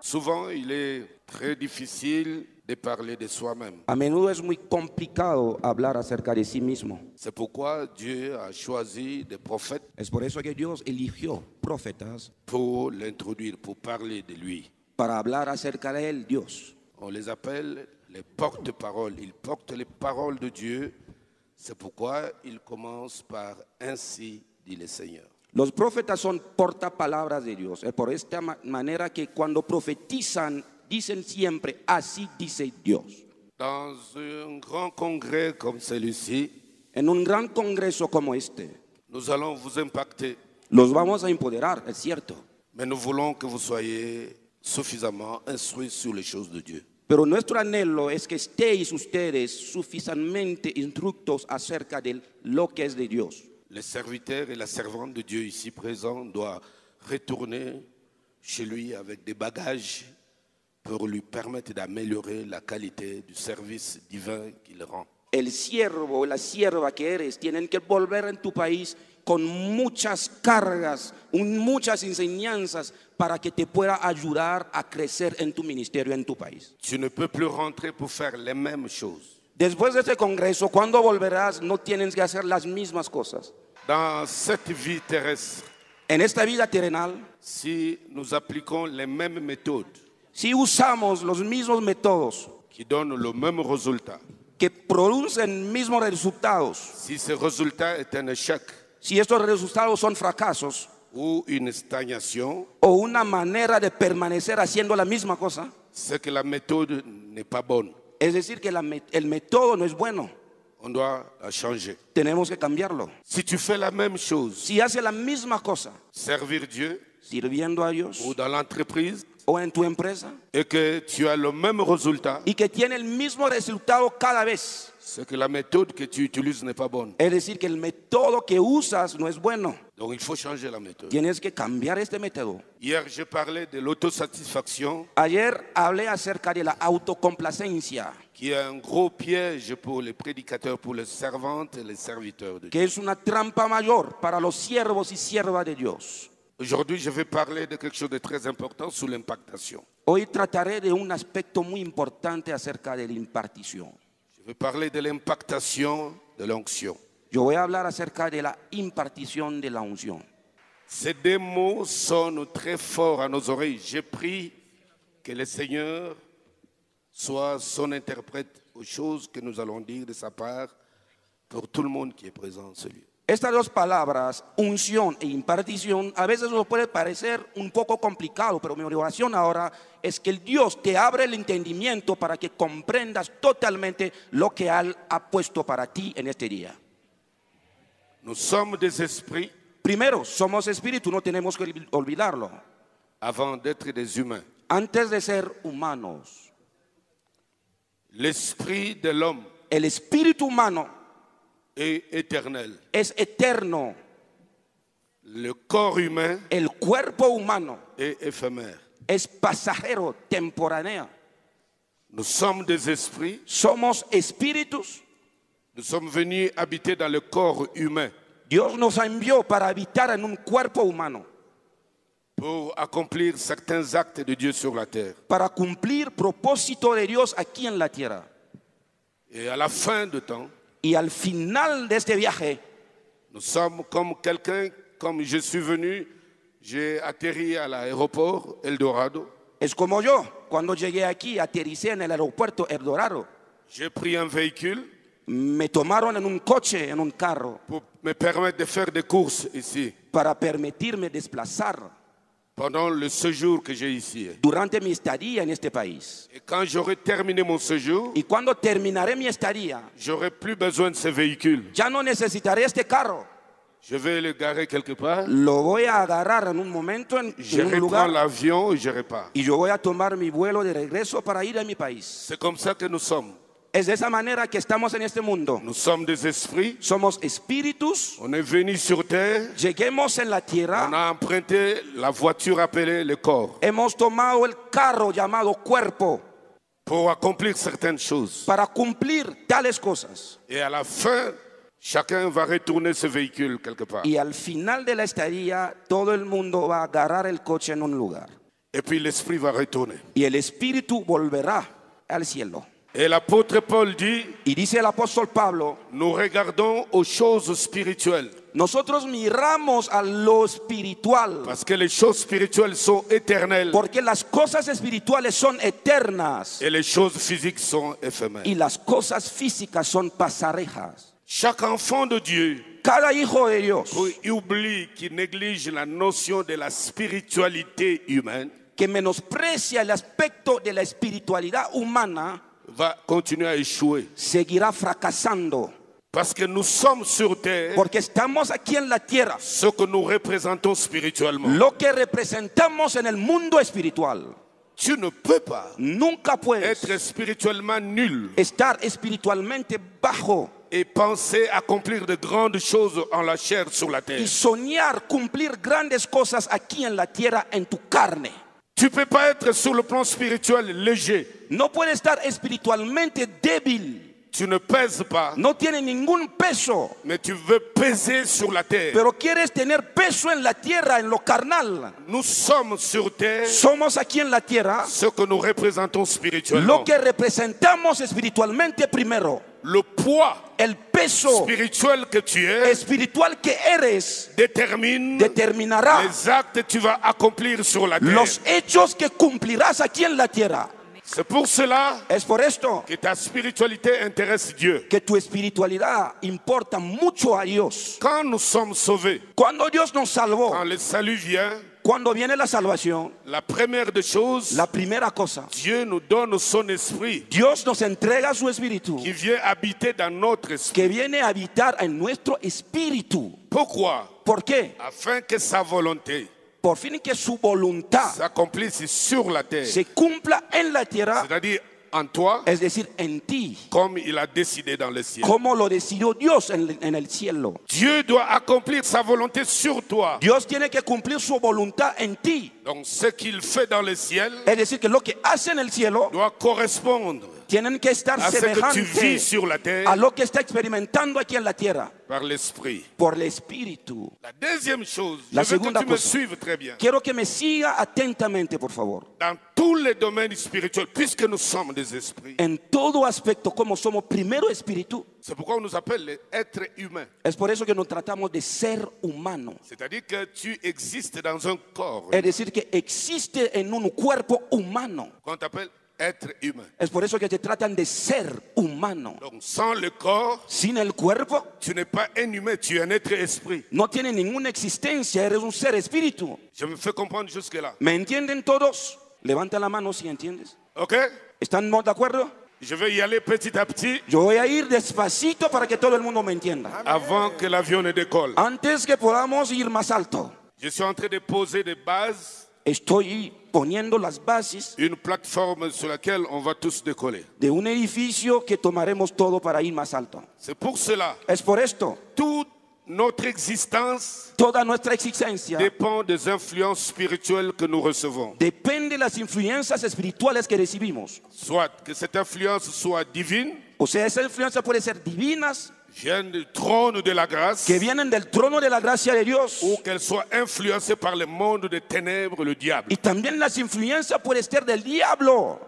Souvent, il est très difficile de parler de soi-même. A menudo es muy complicado hablar acerca de sí mismo. C'est pourquoi Dieu a choisi des prophètes Es por eso que Dios eligió profetas pour l'introduire, pour parler de lui. para hablar acerca de él, Dios. On les appelle les porte-paroles. Ils portent les paroles de Dieu. C'est pourquoi ils commencent par Ainsi dit le Seigneur. Los profetas son portapalabras de Dios. Es por esta ma- manera que cuando profetizan, dicen siempre, así dice Dios. Dans un grand congrès comme celui-ci, En un gran congreso como este, nous allons vous impacter, los vamos a empoderar, es cierto. mais nous voulons que vous soyez suffisamment instruits sur les choses de Dieu. Pero nuestro anhelo es que estéis ustedes suficientemente instructos acerca de lo que es de Dios. Le serviteur et la servante de Dieu ici présents doivent retourner chez lui avec des bagages pour lui permettre d'améliorer la qualité du service divin qu'il rend. El siervo, la sierva que eres, tienen que volver en tu país con muchas cargas, un- muchas enseñanzas para que te pueda ayudar a crecer en tu ministerio en tu país. Tu ne peux plus rentrer pour faire les mêmes choses. Después de este congreso, cuando volverás, no tienes que hacer las mismas cosas. Dans cette vie terrestre, En esta vida terrenal, si nous appliquons les mêmes méthodes si usamos los mismos métodos qui donnent le même résultat, que producen mismos resultados, si ce résultat est un échec si estos resultados son fracasos ou une stagnation, o una manera de permanecer haciendo la misma cosa, c'est que la méthode n'est pas bonne. es decir, que la met- el método no es bueno, On doit la changer. tenemos que cambiarlo. Si tu fais la même chose, Si hace la misma cosa servir Dieu sirviendo a Dios ou dans l'entreprise, o en tu empresa et que tu as le même résultat, y que tiene el mismo resultado cada vez, c'est que la méthode que tu utilises n'est pas bonne. es decir, que el método que usas no es bueno, Donc il faut changer la méthode. tienes que cambiar este método. Hier, je parlais de l'autosatisfaction, Ayer hablé acerca de la autocomplacencia, qui est un gros piège pour les prédicateurs, pour les servantes et les serviteurs de Dieu. que es una trampa mayor para los siervos y siervas de Dios. Aujourd'hui, je vais parler de quelque chose de très important sur l'impactation. Hoy trataré de un aspecto muy importante acerca de la impartición. Je vais parler de l'impactation de l'onction. Yo voy a hablar acerca de la impartición de la unción. Ces deux mots sonnent très fort à nos oreilles. J'ai prie que le Seigneur soit son interprète aux choses que nous allons dire de sa part pour tout le monde qui est présent en ce lieu. Estas dos palabras, unción e impartición, a veces nos puede parecer un poco complicado, pero mi oración ahora es que el Dios te abre el entendimiento para que comprendas totalmente lo que Él ha puesto para ti en este día. Nous sommes des esprits Primero, somos espíritu, no tenemos que olvidarlo. avant d'être des humains. Antes de ser humanos, L'esprit de l'homme el espíritu humano est éternel. es eterno. Le corps humain El cuerpo humano est éphémère. es pasajero, temporáneo. Nous sommes des esprits. Somos espíritus. Nous sommes venus habiter dans le corps humain Dios nos envió para habitar en un cuerpo humano, pour accomplir certains actes de Dieu sur la terre. para cumplir propósito de Dios aquí en la tierra. Et à la fin du temps, Y al final de este viaje, nous sommes comme quelqu'un, comme je suis venu, j'ai atterri à l'aéroport Eldorado, es como yo, cuando llegué aquí, aterricé en el aeropuerto Eldorado. j'ai pris un véhicule Me tomaron en un coche, en un carro, pour me permettre de faire des courses ici para permitirme desplazar pendant le séjour que j'ai ici. durante mi estadía en este país. Et quand j'aurai terminé mon séjour, Y cuando terminaré mi estadía, j'aurai plus besoin de ce véhicule. ya no necesitaré este carro. Je vais le garer quelque part, Lo voy a agarrar en un momento en, je en un reprends lugar l'avion et je repars. y yo voy a tomar mi vuelo de regreso para ir a mi país. C'est comme ça que nous sommes. Es de esa manera que estamos en este mundo. Nous sommes des esprits, Somos espíritus, on est venus sur terre, lleguemos en la on tierra, a emprunté la voiture appelée le corps. hemos tomado el carro llamado cuerpo pour accomplir certaines choses. para cumplir tales cosas. Et à la fin, chacun va retourner ce véhicule quelque part. Y al final de la estadía, todo el mundo va a agarrar el coche en un lugar. Et puis l'esprit va retourner. y el espíritu volverá al cielo. Et l'apôtre Paul dit, Y dice el apóstol Pablo, nous regardons aux choses spirituelles, nosotros miramos a lo espiritual, parce que les choses spirituelles sont éternelles porque las cosas espirituales son eternas et les choses physiques sont éphémères. y las cosas físicas son pasarejas. Chaque enfant de Dieu Cada hijo de Dios qui oublie, qui néglige la notion de la spiritualité humaine, que menosprecia el aspecto de la espiritualidad humana va continuer à échouer. seguirá fracasando, Parce que nous sommes sur terre porque estamos aquí en la tierra. ce que nous représentons spirituellement. Lo que representamos en el mundo espiritual, Tu ne peux pas nunca puedes être spirituellement nul estar espiritualmente bajo et penser accomplir de grandes choses en la chair sur la terre. y soñar cumplir grandes cosas aquí en la tierra en tu carne. Tu peux pas être sur le plan spirituel léger. No puede estar espiritualmente débil, Tu ne pèses pas, no tiene ningún peso, mais tu veux peser sur la terre. pero quieres tener peso en la tierra, en lo carnal. Nous sommes sur terre Somos aquí en la tierra ce que nous représentons lo spirituellement. que representamos espiritualmente primero, Le poids el peso spirituel que tu es espiritual que eres détermine determinará les actes que tu vas accomplir sur la terre. los hechos que cumplirás aquí en la tierra. C'est pour cela Es por esto que ta spiritualité intéresse Dieu. que tu espiritualidad importa mucho a Dios. Quand nous sommes sauvés, Cuando Dios nos salvó, quand le salut vient, cuando viene la salvación, la première des choses, la primera cosa, Dieu nous donne son esprit Dios nos entrega su espíritu qui vient habiter dans notre esprit. que viene a habitar en nuestro espíritu. Pourquoi ¿Por qué? Afin que sa volonté Por fin que su voluntad s'accomplisse sur la terre, se cumpla en la tierra, c'est-à-dire en toi, es decir, en ti, comme il a décidé dans le ciel. como lo decidió Dios en, en el cielo. Dieu doit accomplir sa volonté sur toi. Dios tiene que cumplir su voluntad en ti. Donc ce qu'il fait dans le ciel Es decir, que lo que hace en el cielo doit correspondre tienen que estar à ce que tu vis semejantes sur la terre a lo que está experimentando aquí en la tierra par l'esprit. por el Espíritu. La deuxième chose, La je veux que seconda tu me cosa. suives très bien. Quiero que me siga atentamente, por favor. Dans tous les domaines spirituels, puisque nous sommes des esprits, En todo aspecto, como somos primero espíritu, c'est pourquoi on nous appelle les êtres humains. es por eso que nos tratamos de ser humano. C'est-à-dire que tu existes dans un corps Es decir, que existe en un cuerpo humano. qu'on t'appelle être humain. Es por eso que te tratan de ser humano. Donc sans le corps, Sin el cuerpo, tu n'es pas un humain, tu es un être esprit. no tiene ninguna existencia, eres un ser espíritu. Je me fais comprendre jusque-là. ¿Me entienden todos? Levanta la mano si entiendes. OK ¿Están de acuerdo? Je vais y aller petit à petit Yo voy a ir despacito para que todo el mundo me entienda. avant que l'avion ne décolle. Antes que podamos ir más alto, Je suis en train de poser des bases, estoy poniendo las bases une plateforme sur laquelle on va tous décoller. de un edificio que tomaremos todo para ir más alto. C'est pour cela, Es por esto, toute notre existence toda nuestra existencia dépend des influences spirituelles que nous recevons. depende de las influencias espirituales que recibimos. Soit que cette influence soit divine, O sea, esas influencias pueden ser divinas, vienne du trône de la grâce, que vienen del trono de la gracia de Dios. ou qu'elle soit influencée par le monde des ténèbres, le diable. Y también las influencias pueden ser del diablo.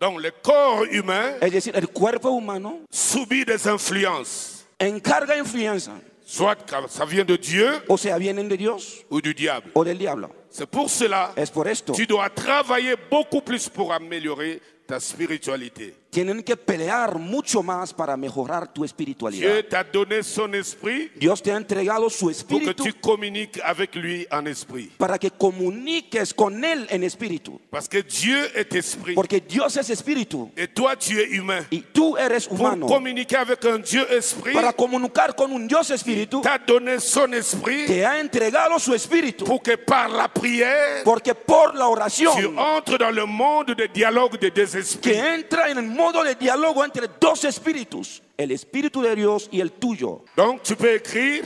Donc le corps humain Es decir, el cuerpo humano subit des influences, encarga influencia. soit que ça vient de Dieu O sea, vienen de Dios ou du diable. o del diablo. C'est pour cela Es por esto. tu dois travailler beaucoup plus pour améliorer ta spiritualité. Tienen que pelear mucho más para mejorar tu espiritualidad. Dieu t'a donné son esprit Dios te ha entregado su pour que espíritu tu communiques avec lui en esprit. para que comuniques con Él en espíritu. Parce que Dieu est esprit Porque Dios es espíritu et toi tu es humain. y tú eres Pour humano. communiquer avec un Dieu esprit, Para comunicar con un Dios espíritu, t'a donné son esprit te ha entregado su espíritu. pour que par la prière, Porque por la tu oración entres dans le monde des dialogues des deux esprits. que entra en el modo de diálogo entre dos espíritus, el espíritu de Dios y el tuyo. Donc tu peux écrire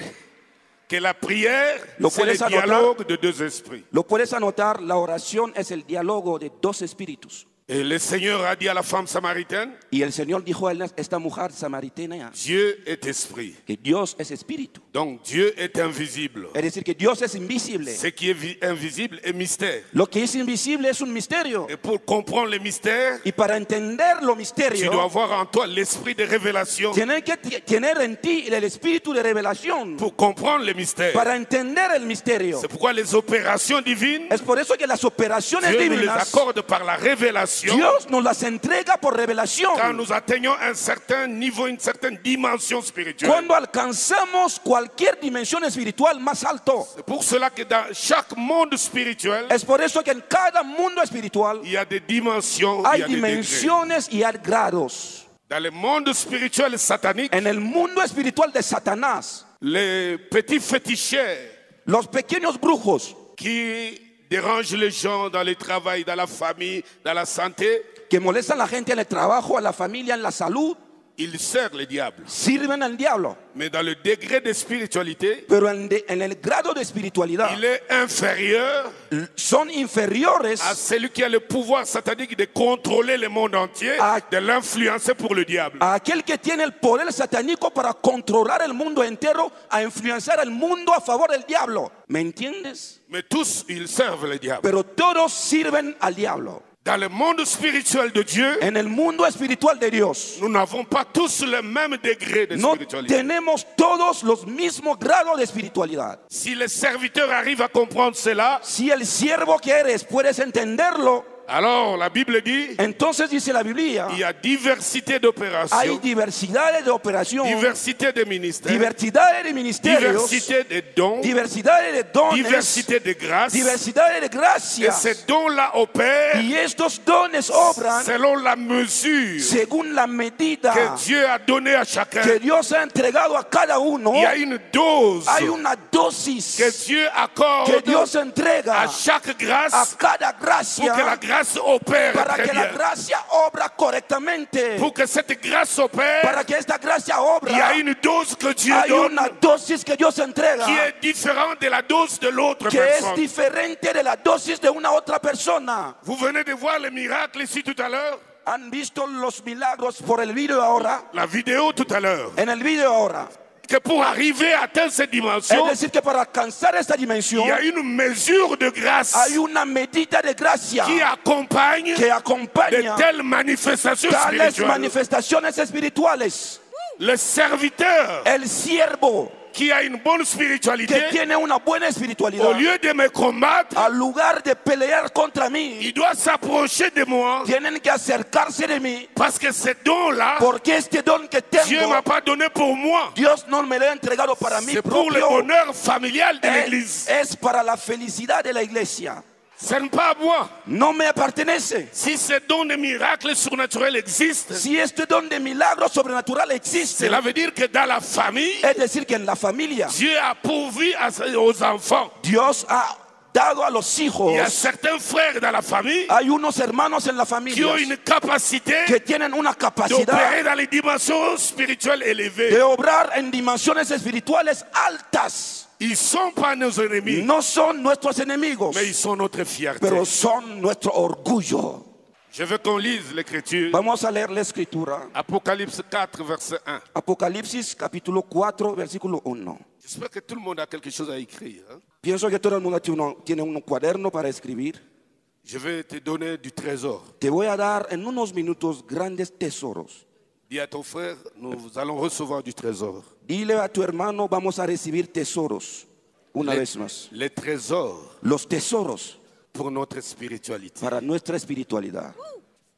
que la prière, Lo c'est le puedes anotar. dialogue de deux esprits. Lo puedes anotar, la oración es el diálogo de dos espíritus. Et le Seigneur a dit à la femme samaritaine, Y el Señor dijo a él- esta mujer samaritana Dieu est esprit. que Dios es espíritu. Donc Dieu est invisible. Es decir, que Dios es invisible. Ce qui est vi- invisible est mystère. Lo que es invisible es un misterio. Et pour comprendre le mystère, Y para entender lo tu dois misterio, avoir en toi l'esprit de révélation. tienes que t- tener en ti el espíritu de revelación Pour comprendre le mystère, para entender el misterio. c'est pourquoi les opérations divines, Es por eso que las operaciones Dieu nous les divinas, accorde par la révélation. Dios nos las entrega por Quand revelación. nous atteignons un certain niveau, une certaine dimension spirituelle. Cuando alcanzamos cualquier dimensión espiritual más alto, C'est pour cela que dans chaque monde spirituel, es por eso que en cada mundo espiritual il y a des dimensions, il hay y a des degrés. dimensiones y hay grados. Dans le monde spirituel satanique, En el mundo espiritual de Satanás, les petits féticheurs los pequeños brujos qui dérangent les gens dans le travail, dans la famille, dans la santé, que molestan a la gente en el trabajo, en la familia, en la salud, ils servent le diable. sirven al diablo. Mais dans le degré de spiritualité, Pero en, de- en el grado de espiritualidad il est inférieur son inferiores à celui qui a le pouvoir satanique de contrôler le monde entier, Ah. de l'influencer pour le diable. a aquel que tiene el poder satánico para controlar el mundo entero, a influenciar al mundo a favor del diablo. ¿Me entiendes? Mais tous, ils servent le diable. Pero todos sirven al diablo. Dans le monde spirituel de Dieu, En el mundo espiritual de Dios, nous n'avons pas tous le même degré de no spiritualité. tenemos todos los mismos grados de espiritualidad. Si le serviteur arrive à comprendre cela, Si el siervo que eres puedes entenderlo, alors la Bible dit, entonces dice la Biblia, il y a diversité hay d'opérations, diversidades de operación, diversité de ministères, diversidades de ministerios, diversité de dons, diversidades de dones, diversité de grâces. diversidades de Et gracias. ces dons-là opèrent Y estos dones obran selon la mesure según la medida que Dieu a donnée à chacun. que Dios ha entregado a cada uno. Il y a une dose Hay una dosis que Dieu que accorde Dios entrega à chaque a grâce cada pour que la gracia grâce opère para très que la bien. gracia obra correctamente. Pour que cette grâce opère, Para que esta gracia il y a obra une dose que Dieu hay donne una dosis que Dios entrega qui est différente de la dose de l'autre que es personne. diferente de la dosis de una otra persona. Vous venez de voir le miracle ici tout à l'heure, ¿Han visto los milagros por el video ahora? la vidéo tout à l'heure. En el video ahora. Que pour arriver à atteindre cette dimension, Es decir, que para alcanzar esta dimensión il y a une mesure de grâce hay una medida de gracia qui accompagne que de acompaña telles manifestations tales spirituelles. manifestaciones espirituales. Le serviteur El siervo qui a une bonne que Ah. spiritualité, tiene una buena espiritualidad, au lieu de me combattre, al lugar de pelear contra mí, il doit s'approcher de moi tienen que acercarse de mí parce que ce don-là, porque este don que Dieu ne tengo m'a pas donné pour moi. Dios no me lo ha entregado para mí C'est pour le propio. bonheur familial de Es, l'Église. es para la felicidad de la iglesia. Ce n'est pas à moi. No me pertenece. Si ce don de miracle surnaturel existe, Si este don de milagro sobrenatural existe, cela veut dire que dans la famille, es decir, que en la familia Dieu a pourvu à- aux enfants. Dios ha dado a los Il y a hijos. certains frères dans la famille Hay unos hermanos en la qui familia ont une capacité Ah, que tienen una capacidad d'opérer dans les dimensions spirituelles élevées. de obrar en dimensiones espirituales altas. Ils ne sont pas nos ennemis, No son nuestros enemigos, mais ils sont notre fierté. pero son nuestro orgullo. Je veux qu'on lise l'Écriture. Vamos a leer la escritura. Apocalypse 4, verset 1. Apocalipsis capítulo 4, versículo 1. J'espère que tout le monde a quelque chose à écrire. hein. Pienso que todo el mundo tiene uno- tiene un cuaderno para escribir. Je vais te donner du trésor. Te voy a dar en unos minutos grandes tesoros. Dis à ton frère, nous allons recevoir du trésor. Dile a tu hermano, vamos a recibir tesoros. Una vez más. Les trésors Los tesoros pour notre spiritualité. para nuestra espiritualidad.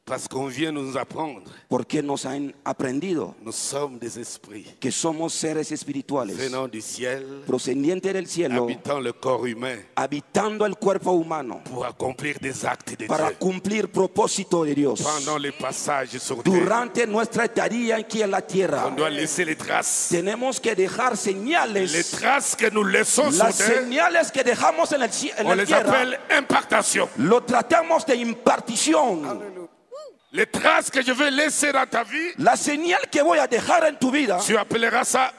Parce qu'on vient nous apprendre, Porque nos han aprendido nous sommes des esprits que somos seres espirituales, venant du ciel, procedientes del cielo, habitant le corps humain habitando el cuerpo humano pour accomplir des actes de para Dieu. cumplir propósito de Dios. Pendant les passages sur terre, Durante nuestra estadía aquí en la on tierra, doit laisser les traces. tenemos que dejar Les señales traces que nous laissons sur Las terre, señales que dejamos en, el, ci- en on la les tierra appelle impartations. lo tratamos de impartición. Les traces que je vais laisser dans ta vie, La señal que voy a dejar en tu vida Ah. tu appelleras ça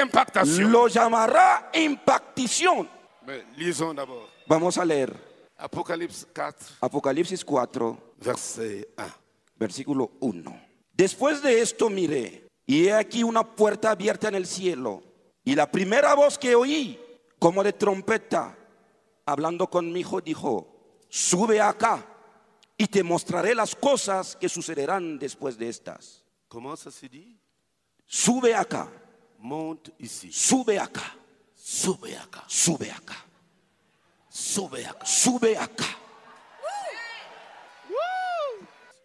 impartation. lo llamará impartición. Mais lisons d'abord. Vamos a leer Apocalypse 4, Apocalipsis 4, verset 1. versículo 1. Después de esto miré, y he aquí una puerta abierta en el cielo, y la primera voz que oí, como de trompeta, hablando conmigo, dijo, sube acá, y te mostraré las cosas que sucederán después de estas. Comment ça se dit Sube acá, Monte ici. sube acá, Soubez acá. sube acá, Soubez acá. sube acá.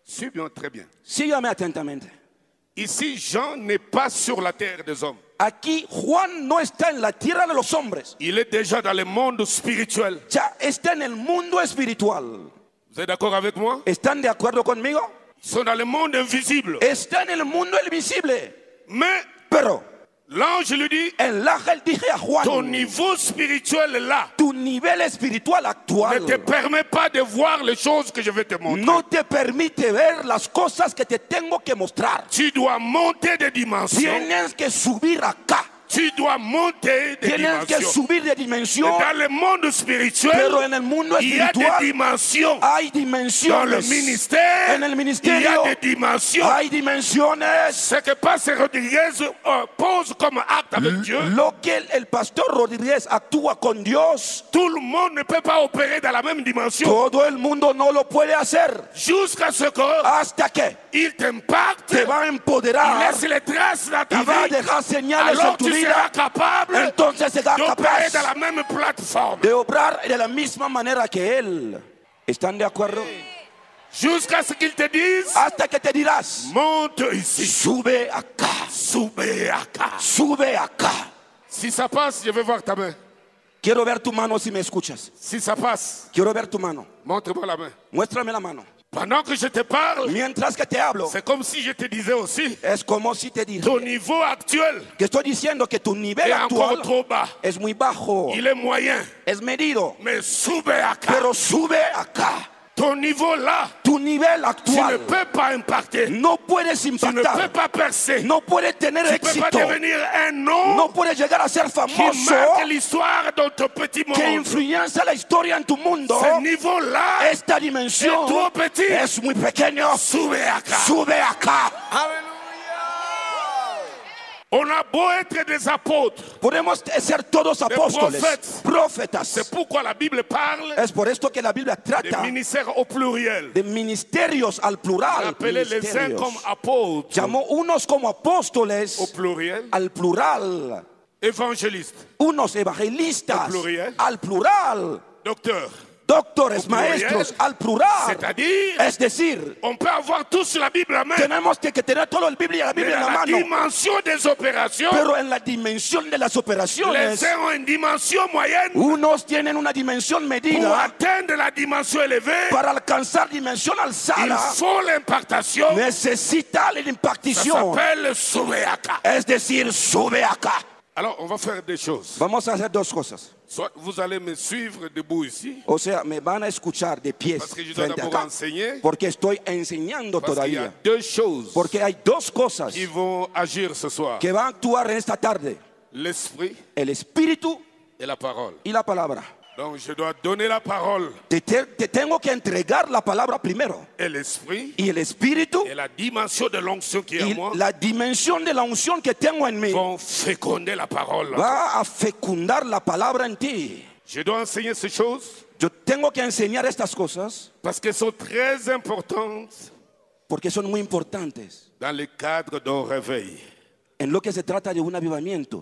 Suis bien, très bien. Sígame atentamente. Ici, Jean n'est pas sur la terre des hommes. Aquí Juan no está en la tierra de los hombres, Il est déjà dans le monde spirituel. ya está en el mundo espiritual. Vous êtes d'accord avec moi ¿Están de acuerdo conmigo? Ils sont dans le monde invisible. Está en el mundo invisible. Mais Pero l'ange lui dit, el ángel dije a ton Juan, niveau spirituel est là tu nivel espiritual ne te actual permet pas de voir les choses que je vais te montrer. no te permite ver las cosas que te tengo que mostrar. Tu dois monter de dimension. Tienes que subir acá. Tu dois monter de Tienes que dimension. subir de Et dimensión. dans le monde spirituel, Pero en el mundo il y a des espiritual dimensions. hay Dans le dimensiones. ministère, En el il y ministerio a des dimensions. hay dimensiones. Ce que Pasteur Rodriguez euh, pose comme acte avec Dieu, Lo que el- el pastor Rodríguez actúa con Dios, tout le monde ne peut pas opérer dans la même dimension todo el mundo no lo puede hacer jusqu'à ce qu'il hasta que t'impacte, te va a il empoderar laisse les traces dans ta y va a vie. dejar señales en Alors tu tu seras vida. capable Entonces serás d'opérer capaz dans la même plateforme de obrar de la misma manera que Él. ¿Están de acuerdo? jusqu'à ce qu'ils te disent Hasta que te dirás, monte ici, sube acá, soubez acá. sube acá. Si ça passe, je vais voir ta main. Quiero ver tu mano si me escuchas. Si ça passe, Quiero ver tu mano. montre-moi la main. Muéstrame la mano. Pendant que je te parle, Mientras que te hablo, c'est comme si je te disais aussi, es como si te dijera ton niveau actuel que estoy diciendo que tu nivel est encore actual trop bas. es muy bajo, Il est moyen, es medido, mais soubez acá. pero sube acá. Ton niveau là, Tu nivel tu ne actual peux pas impacter, no puedes tu ne peux impactar, pas percer, no puedes tener tu ne peux pas éxito. devenir un nom pues, no puedes llegar a ser qui famoso marque l'histoire de ton petit que monde. influencia la historia en tu mundo. Ce niveau là, Esta dimensión es todo petit. es muy pequeño. soubez acá. Sube acá. On a beau être des apôtres, Podemos ser todos apóstoles, prophets. c'est profetas. pourquoi la Bible parle Es por esto que la Biblia des trata ministères au pluriel. de ministerios al plural. Appelez les uns ministerios. comme apôtres Llamó unos como au apóstoles pluriel, al plural, évangélistes, unos evangelistas Al pluriel. al plural, docteurs. doctores, Au pluriel. maestros al plural. C'est-à-dire, Es decir, on peut avoir tous la Bible en main, Tenemos que, que tener todo el Biblia, la mais Biblia en dans la la mano. dimension des opérations, Pero en la dimensión de las les operaciones, uns ont une dimension moyenne unos tienen una dimensión pour medida atteindre la dimension élevée. para alcanzar dimensión Ils alzada. font l'impactation, Necesita la ça impartición. s'appelle Souvéaka. Es decir, sube acá. Alors, on va faire des choses. Vamos a hacer dos cosas. Soit vous allez me suivre debout ici, O sea, me van a escuchar de pies Parce que yo frente dois acá. d'abord enseigner. Porque estoy enseñando parce qu'il y a todavía. deux choses Porque hay dos cosas qui vont agir ce soir. que van a actuar en esta tarde. L'esprit El espíritu et la parole. y la palabra. Donc je dois donner la parole Te- te- te tengo que entregar la palabra primero. et l'esprit y el espíritu et la dimension de l'onction qui est y en moi la dimensión de la unción que tengo en mí vont féconder la parole. va a fecundar la palabra en ti. Je dois enseigner ces choses Yo tengo que enseñar estas cosas parce qu'elles sont très importantes porque son muy importantes dans le cadre d'un réveil. en lo que se trata de un avivamiento,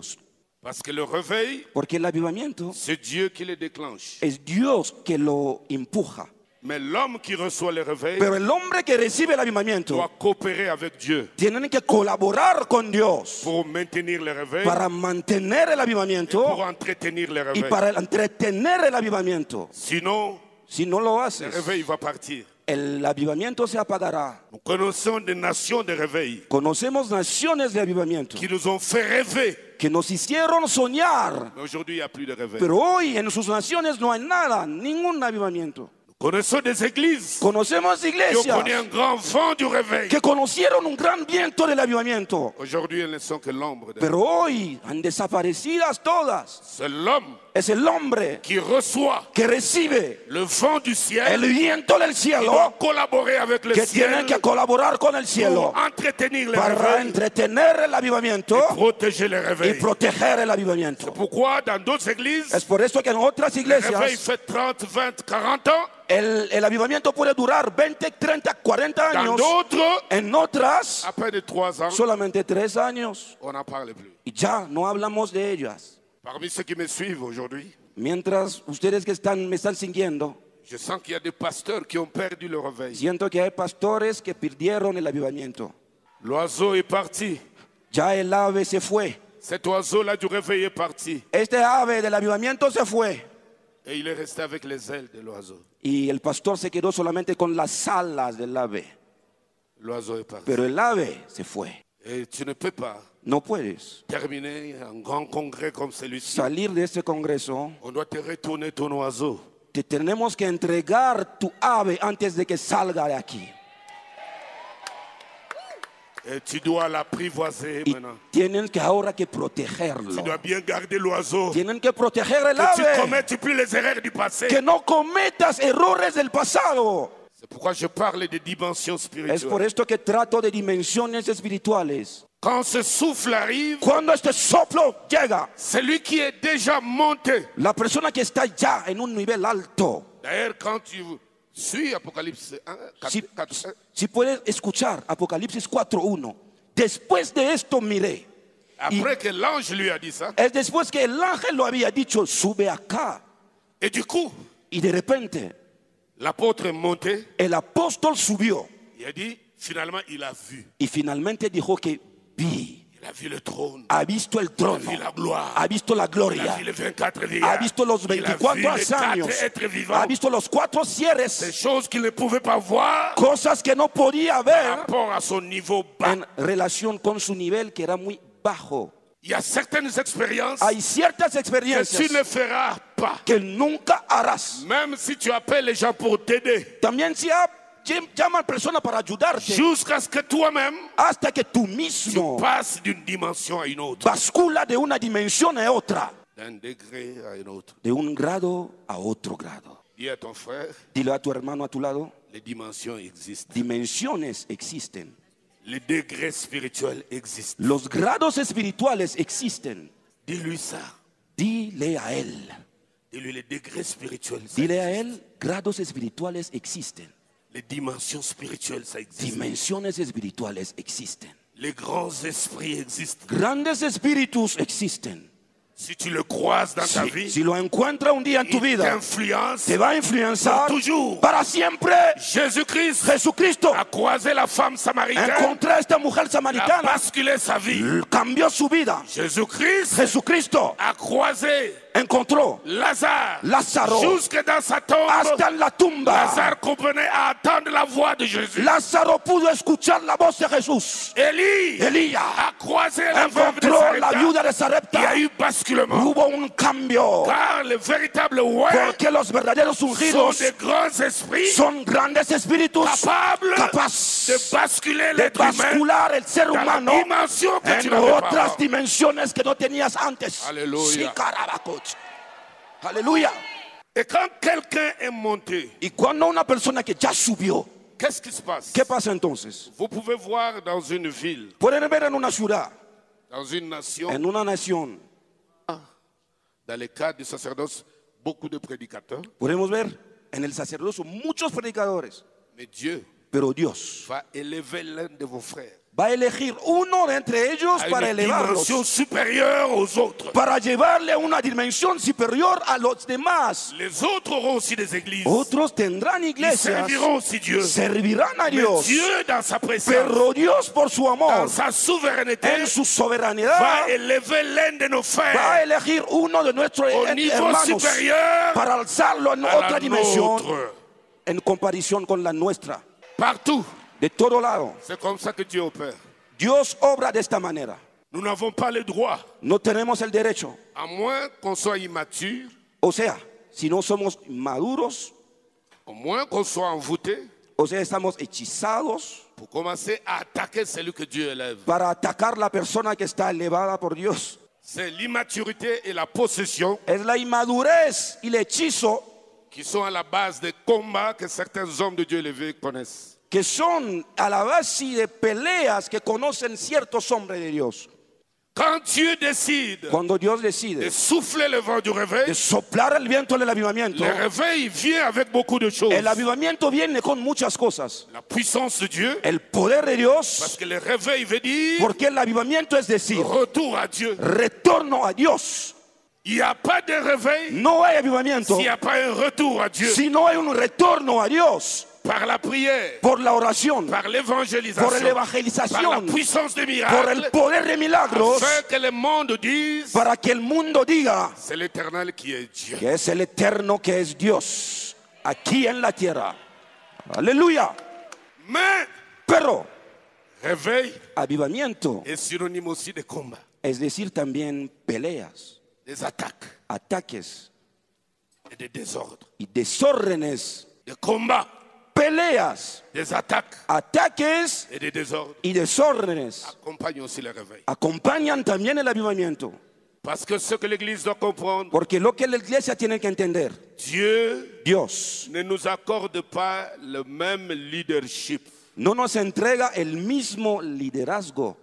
Parce que le réveil, porque el avivamiento c'est Dieu qui le déclenche. es Dios que lo empuja. Mais l'homme qui reçoit le réveil Pero el hombre que recibe el doit avivamiento coopérer avec Dieu tiene que colaborar con Dios pour maintenir le réveil, para mantener el pour avivamiento entretenir le y réveil. para entretener el avivamiento. Sinon, Si no lo le haces, réveil va partir. el avivamiento se apagará. Nous connaissons des nations de réveil Conocemos naciones de avivamiento qui nous ont fait rêver. que nos hicieron soñar, Mais aujourd'hui, il n'y a plus de réveil. pero hoy en sus naciones no hay nada, ningún avivamiento. Nous connaissons des églises Conocemos qui ont connu un iglesias grand vent du réveil. que conocieron un gran viento del avivamiento, Aujourd'hui, elles ne sont que l'ombre. de- pero hoy han desaparecidas todas. C'est l'homme es el hombre qui reçoit que recibe le vent du ciel el viento del qui doit cielo collaborer avec le que tiene ciel que colaborar con el cielo pour entretenir les para réveils, entretener el avivamiento protéger les y réveils. proteger el avivamiento. Pourquoi dans d'autres Es églises, por eso que en otras le réveil iglesias fait 30, 20, 40 ans, el, el avivamiento puede durar 20, 30, 40 dans años. d'autres, En otras, à peine 3 ans, solamente tres años. on n'en parle plus. Y ya no hablamos de ellas. Parmi ceux qui me suivent aujourd'hui, Mientras ustedes que están, me están siguiendo, je sens qu'il y a des pasteurs qui ont perdu le réveil. siento que hay pastores que perdieron el avivamiento. L'oiseau est parti. Ya el ave se fue. Cet oiseau-là du réveil est parti. Este ave del avivamiento se fue. Et il est resté avec les ailes de l'oiseau. Y el pastor se quedó solamente con las alas del ave. L'oiseau est parti. Pero el ave se fue. Et tu ne peux pas No puedes terminer un grand congrès comme celui-ci. salir de este congreso. On doit te retourner ton oiseau. Te tenemos que entregar tu ave antes de que salga de aquí. Et tu dois l'apprivoiser Y maintenant. tienen que ahora que Tu protegerlo. dois bien garder l'oiseau. Tienen que proteger el Que tu ne ave. commettes plus les erreurs du passé. Que no cometas errores del pasado. C'est pourquoi je parle de dimensions Es por spirituelles. esto que trato de dimensiones espirituales. Quand ce souffle arrive, Cuando este soplo llega, celui qui est déjà monté. la persona que está ya en un nivel alto, D'ailleurs, quand tu suis Apocalypse 1, 4, si, 4, 1, si puedes escuchar Apocalipsis 4.1, después de esto miré. après que l'ange lui a dit ça, Es después que el ángel lo había dicho, sube acá. et du coup, Y de repente, l'apôtre est monté, el apóstol subió il a dit, finalement, il a vu. y finalmente dijo que vi, Il a vu le trône, ha visto el il a vu la trono, gloire, ha visto il la a gloria, vu les 24 vieillards, ha visto los il a 24 vu les años, quatre êtres vivants, ha visto los cuatro des cierres, choses qu'il ne pouvait pas voir cosas que no podía par ver rapport à son niveau bas. en relación con su nivel que era muy bajo. Il y a certaines expériences Hay ciertas que tu ne experiencias feras pas, que nunca harás. même si tu appelles les gens pour t'aider, También si ha- llam- llaman personas para ayudarte jusqu'à ce que toi-même hasta que tú mismo passes d'une dimension à une autre, bascula de una dimensión a otra, d'un degré à un autre. de un grado a otro grado. Dis à ton frère, Dile a tu hermano a tu lado, les dimensions existent. dimensiones existen. Les degrés spirituels existent. Los grados espirituales existen. Dis-lui ça. Dile a él. Dis-lui les degrés spirituels. ça Dile a existe. él, grados espirituales existen. Les dimensions spirituelles, ça existe. Dimensiones espirituales existen. Les grands esprits existent. Grandes espíritus existen. Si tu le croises dans ta Si, vie, si lo encuentra un día en tu il vida, t'influence. te va a influenciar Por toujours. para siempre. Jésus-Christ Jesucristo a croisé la femme samaritaine. encontró a esta mujer Il a samaritana, basculé sa vie. cambió su vida. Jésus-Christ Jesucristo a croisé encontró Lazare. Lazaro. Jusque dans sa tombe. hasta en la tumba. Lazare comprenait à attendre la voix de Jésus. Lázaro pudo escuchar la voz de Jesús. Élie Elías a croisé la veuve de encontró la Sarepta. viuda Il de y a Sarepta. eu basculement. Hubo un cambio. Car les véritables rois Porque los verdaderos sont ungidos des grands esprits son grandes espíritus capables capaces de basculer de l'être humain bascular el ser dans la humano dimension que tu en n'avais pas otras avant. dimensiones que no tenías antes. Aleluya. Sí, carabacoch. Aleluya. Et quand quelqu'un est monté, Y cuando una persona que ya subió, qu'est-ce qui se passe ¿qué pasa entonces? Vous pouvez voir dans une ville, Pueden ver en una ciudad, dans une nation, en una nación, dans le cadre du sacerdoce, beaucoup de prédicateurs. podemos ver en el sacerdocio muchos predicadores, Mais Dieu pero Dios va élever l'un de vos frères va a elegir uno de entre ellos à para une dimension elevarlos, supérieure aux autres. para llevarle a una dimensión superior a los demás. Les autres auront aussi des églises. Otros tendrán Ils iglesias, serviront aussi Dieu. servirán a Mais Dios, Dieu, dans sa présence, pero Dios por su dans amor, sa souveraineté, en su va eh. soberanía, élever l'un de nos va a frères elegir uno de nuestros au niveau hermanos supérieur para alzarlo en à otra la dimensión nôtre. en comparación con la nuestra. Partout. De todo lado, C'est comme ça que Dieu opère. Dios obra de esta manera. Nous n'avons pas le droit, No tenemos el derecho, à moins qu'on soit immature, o sea, si no somos maduros, au moins qu'on soit envoûté, o sea, estamos hechizados. pour commencer à attaquer celui que Dieu élève. para atacar la persona que está elevada por Dios. C'est l'immaturité et la possession Es la inmadurez y el hechizo qui sont à la base des combats que certains hommes de Dieu élevés connaissent. que son a la base de peleas que conocen ciertos hombres de Dios. Quand Dieu décide Cuando Dios de decide souffler le vent du de réveil, soplar el viento del avivamiento, le réveil vient avec beaucoup de choses. el avivamiento viene con muchas cosas. La puissance de Dieu, El poder de parce Dios, que le réveil veut dire porque el avivamiento es decir, retour à Dieu. retorno a Dios. Il n'y a pas de réveil No hay avivamiento s'il n'y a pas un retour à Dieu. si no hay un retorno a Dios Par la prière, por la oración, par por la l'évangélisation, par la evangelización, puissance des por el miracles, poder de milagros, afin que le monde dise para que el mundo diga c'est l'éternel qui est Dieu. que es el eterno que es Dios aquí en la tierra. Aleluya. Mais Pero réveil avivamiento est synonyme aussi de combat, es decir también peleas, des attaques ataques et des désordres. y desórdenes, Des combats, peleas, des attaques ataques et des désordres y desórdenes. accompagnent aussi le réveil. acompañan también el avivamiento. Parce que ce que l'Église doit comprendre, Porque lo que la iglesia tiene que entender, Dieu Dios ne nous accorde pas le même leadership. no nos entrega el mismo liderazgo.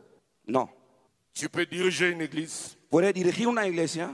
No. Tu peux diriger une église, Puede dirigir una iglesia,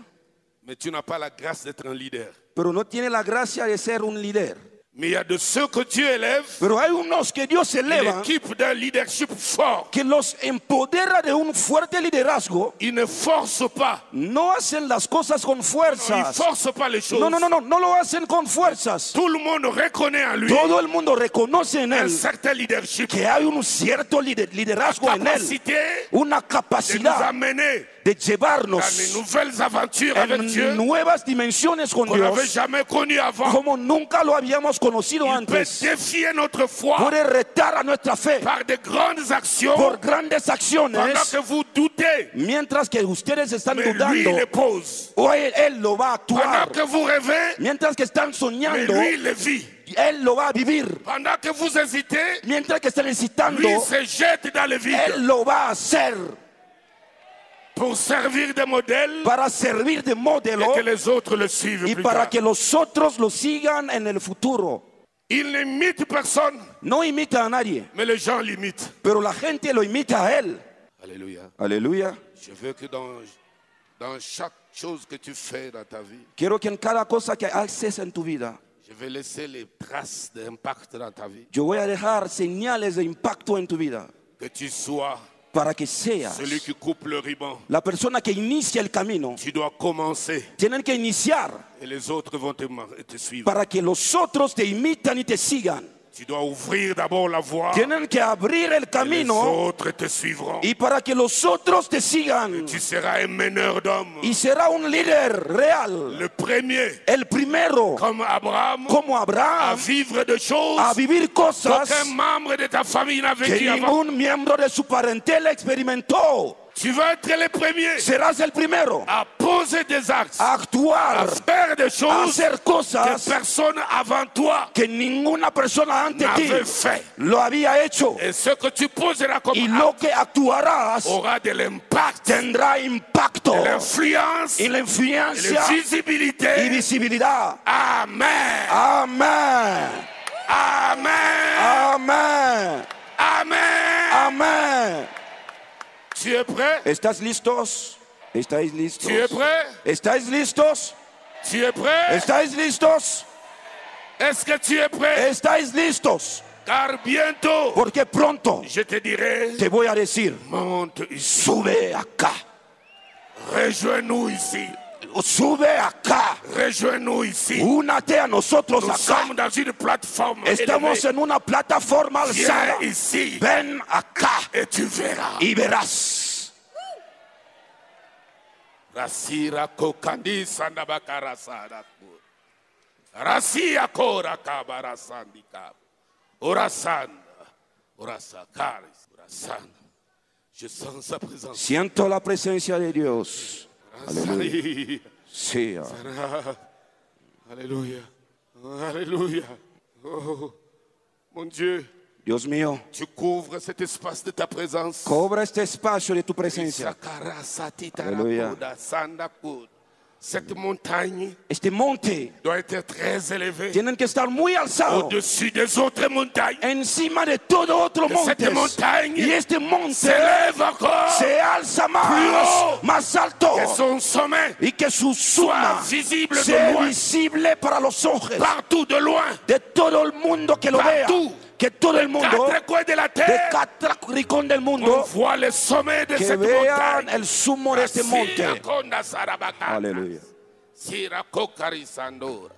mais tu n'as pas la grâce d'être un leader. pero no tiene la gracia de ser un líder. Mais il y a de ceux que Dieu élève, Pero hay unos que Dios eleva, l'équipe d'un leadership fort. que los empodera de un fuerte liderazgo. Ils ne forcent pas. No hacen las cosas con Ils ne fuerzas. forcent pas les choses. No, no, no, no, no lo hacen con fuerzas. Tout le monde reconnaît en lui Todo el mundo reconoce en un él certain leadership. que hay un cierto lider- liderazgo en él, Capacité una de nous capacidad amener de dans llevarnos les nouvelles aventures avec Dieu en nuevas dimensiones con qu'on n'avait Dios jamais connues avant. como nunca lo habíamos conocido Il peut antes. défier notre foi Puede retar a nuestra fe par de grandes actions por grandes pendant acciones que vous doutez. mientras que ustedes están Mais lui, dudando. il les pose. O él, él lo va a Pendant actuar. que vous rêvez, Mientras que están mais soñando, lui, il les vit. él lo va a vivir. Pendant que vous hésitez, Mientras que están lui excitando, il se jette dans le vide él lo va a hacer pour servir de modèle para servir de et modelo que les autres le suivent y plus tard. para que los otros lo sigan en el futuro. Il n'imite personne, No imita a nadie, mais les gens l'imitent. pero la gente lo imita a él. Alléluia. Aleluya. Je veux que dans, dans chaque chose que tu fais dans ta vie, Quiero que en cada cosa que haces en tu vida, je vais laisser les traces d'impact dans ta vie. yo voy a dejar señales de impacto en tu vida Que tu sois para que seas celui qui coupe le ruban. la persona que inicia el camino. Tu dois commencer Tienen que iniciar et les autres vont te, mar- te suivre. para que los otros te imitan y te sigan. Tu dois ouvrir d'abord la voie Tienen que abrir el et les camino autres te suivront. y para que los otros te sigan. Tu seras un meneur d'hommes. Y será un líder real. Le premier, El primero, comme Abraham, como à Abraham, vivre de a choses vivir cosas qu'aucun membre de ta famille n'a vécu que avant. ningún miembro de su parentela experimentó. Tu vas être le premier Serás el primero à poser des axes, a à actuar faire des a choses hacer que cosas personne avant toi que ninguna persona antes de n'avait ti fait. lo había hecho. Et ce que tu poseras comme Y acte lo que actuarás aura de l'impact, tendrá impacto de l'influence, y de la influencia la y visibilité. visibilidad. Amen. Amén. Amen. Amén. Amen. Amén. Tu es prêt? ¿Estás listos? ¿Estáis listos? Tu es prêt? ¿Estáis listos? Tu es prêt? ¿Estáis listos? Est-ce que tu es prêt? ¿Estáis listos? Car bientôt, Porque pronto je te dirai, te voy a decir, monte ici, sube acá, rejoins-nous ici, sube acá, rejoins-nous ici. únate a nosotros Nous acá. sommes dans une plateforme. Estamos élevée. en una plataforma alzada. Viens ici Ven acá et tu verras. y verás. Rasira kokandi sandabakara sadaku. Rasia kora kabara sandikab. Orasanda. Orasakaris. Orasanda. Je sens sa présence. Siento la presencia de Dios. Alléluia. Sí, ah. Alléluia. Alléluia. Oh, mon Dieu, Dios mío, Tu couvres cet espace de ta présence. cobra este espacio de tu presencia. Sakara sati Alléluia. tarakuda sandakud. Cette montagne Este monte doit être très élevée tienen que estar muy alzado au-dessus des autres montagnes. encima de todo otro Que cette monte. montagne Y este monte S'élève encore se alza más, haut. más alto et son sommet y que su soit suma visible de sea loin, visible para los ojos partout de loin, de todo el mundo que lo vea. Partout. Que todo el mundo quatre coins de la de terre. cada rincón del On mundo voit le sommet de que cette vean montagne. el sumo de este monte. Sirakonda Sarabakata. Aleluya. Sirakokari Sandora.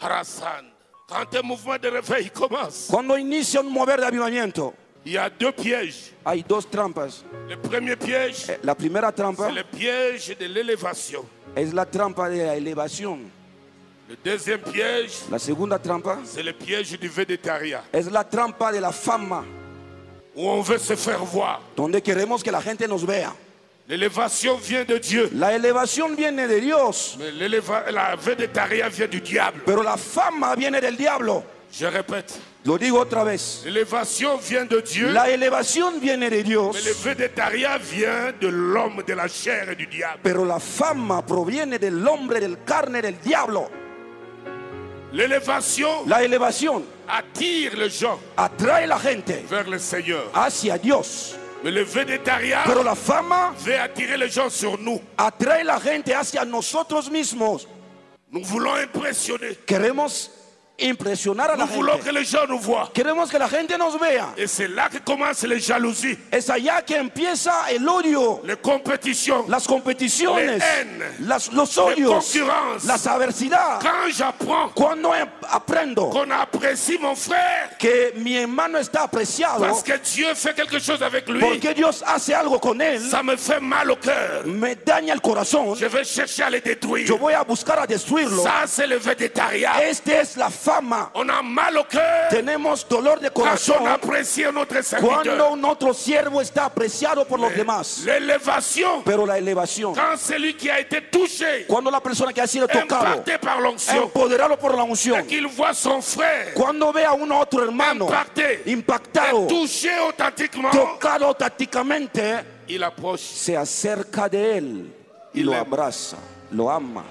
Harasan. Quand un mouvement de réveil commence, Cuando inicia un mover de avivamiento, il y a deux pièges. hay dos trampas. Le premier piège, Eh, La primera trampa c'est le piège de l'élévation. es la trampa de la elevación. Le deuxième piège, La segunda trampa c'est le piège du végétariat, es la trampa de la fama, où on veut se faire voir. donde queremos que la gente nos vea. L'élévation vient de Dieu, La elevación viene de Dios, mais l'éléva- la végétariat vient du diable. pero la fama viene del diablo. Je répète, Lo digo otra vez. l'élévation vient de Dieu, La elevación viene de mais le Dios, végétariat vient de l'homme, de la chair et du diable. pero la fama proviene del hombre, del carne, del diablo. L'élévation La elevación attire les gens atrae la gente vers le Seigneur. hacia Dios, Mais le végétariat pero la fama veut attirer les gens sur nous. atrae la gente hacia nosotros mismos. Nous voulons impressionner. Queremos impresionar a la Nous voulons gente. que les gens nous voient. Queremos que la gente nos vea. Et c'est là que commencent les jalousies, Es allá que empieza el odio, les compétitions. las competiciones, La haine, las- los odios, concurrencias. las adversidad. Quand j'apprends Cuando em- aprendo qu'on apprécie mon frère que mi hermano está apreciado parce que Dieu fait quelque chose avec lui, porque Dios hace algo con él, ça me fait mal au cœur. me daña el corazón. Je vais chercher à le détruire. Yo voy a buscar a destruirlo. Ça, c'est le végétariat. Esta es la fama. On a mal au cœur Tenemos dolor de quand on corazón apprécie notre cuando serviteur. un otro siervo está apreciado por los demás. L'élévation, Pero la elevación, quand celui qui a été touché, cuando la persona que ha sido tocado, impacté par l'onction, empoderado por la unción, et qu'il voit son frère cuando ve a un otro hermano impacté, impactado, et touché authentiquement, tocado tácticamente, il approche, se acerca de él y Il lo aime. abraza, lo ama,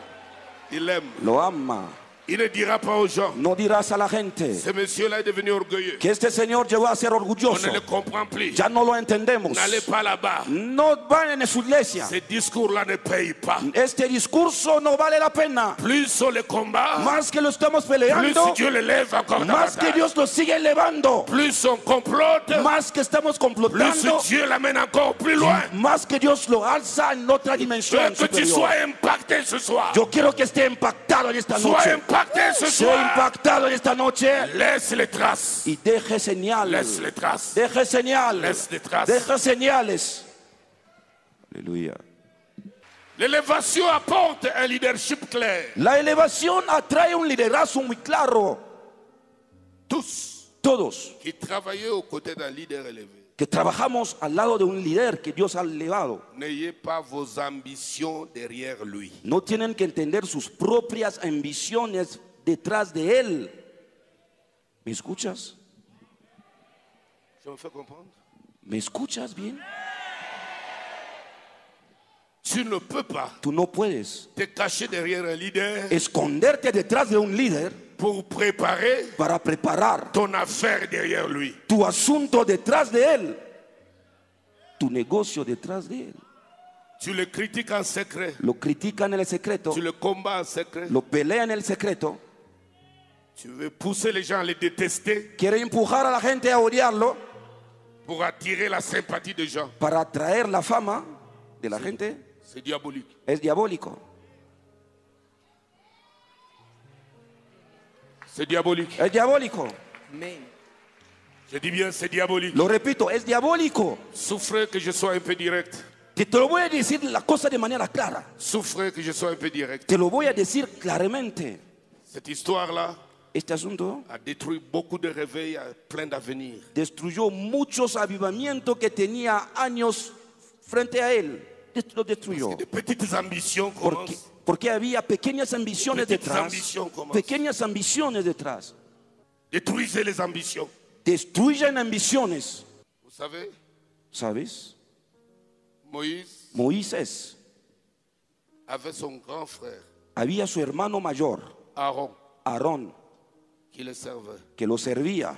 il aime. lo ama. Il ne dira pas aux gens, No dirás a la gente ce monsieur-là est devenu orgueilleux. que este señor llegó a ser On orgulloso. ne le comprend plus. Ya no lo entendemos. N'allez pas là-bas. No vayan en su iglesia. Ces discours-là ne payent pas. Este discurso no vale la pena. Plus on le combat, Más que lo estamos plus peleando, Dieu le lève encore más que davantage. Dios lo sigue elevando, Plus on complote, más que estamos plus complotando, Dieu l'amène encore plus loin. más que Dios lo alza en otra Je veux dimensión. que tu superior. sois impacté ce soir. Yo quiero que esté impactado en esta Sois noche. impacté ce Soy soir. impactado en esta noche Laisse les traces. y deje señales. Laisse les traces. Deje señales. Laisse les traces. Deje señales. Aleluya. L'élévation apporte un leadership clair. La elevación atrae un liderazgo muy claro. Tous Todos qui travaillaient aux côtés d'un leader élevé, que trabajamos al lado de un líder que Dios ha elevado, n'ayez pas vos ambitions derrière lui. no tienen que entender sus propias ambiciones detrás de él. ¿Me escuchas? Je me fais comprendre ¿Me escuchas bien? Tu ne peux pas Tú no puedes te cacher derrière un leader esconderte detrás de un líder pour préparer para preparar ton affaire derrière lui. tu asunto detrás de él, tu negocio detrás de él. Tu le critiques en secret, Lo critican en el secreto, tu le combats en secret, lo pelean en el secreto, tu veux pousser les gens à le détester quiere empujar a la gente a odiarlo pour attirer la sympathie des gens. para atraer la fama de la gente. C'est diabolique. Es diabólico, C'est diabolique. es diabólico. Je dis bien, c'est diabolique. Lo repito, es diabólico. Souffrez que je sois un peu direct. Te, te lo voy a decir la cosa de manera clara, Souffrez que je sois un peu direct. te lo voy a decir claramente. Cette histoire-là Este asunto a détruit beaucoup de réveils à plein d'avenir. destruyó muchos avivamientos que tenía años frente a él. Dest- Lo destruyó. Des petites ambitions Porque, commencent. porque había pequeñas ambiciones Petites detrás. ambitions commencent. Pequeñas ambiciones detrás. Détruisez les ambitions. destruyen ambiciones. Vous savez, ¿Sabes? Moïse Moisés avait son grand frère, había su hermano mayor, Aaron, Aarón, qui le servait. que lo servía.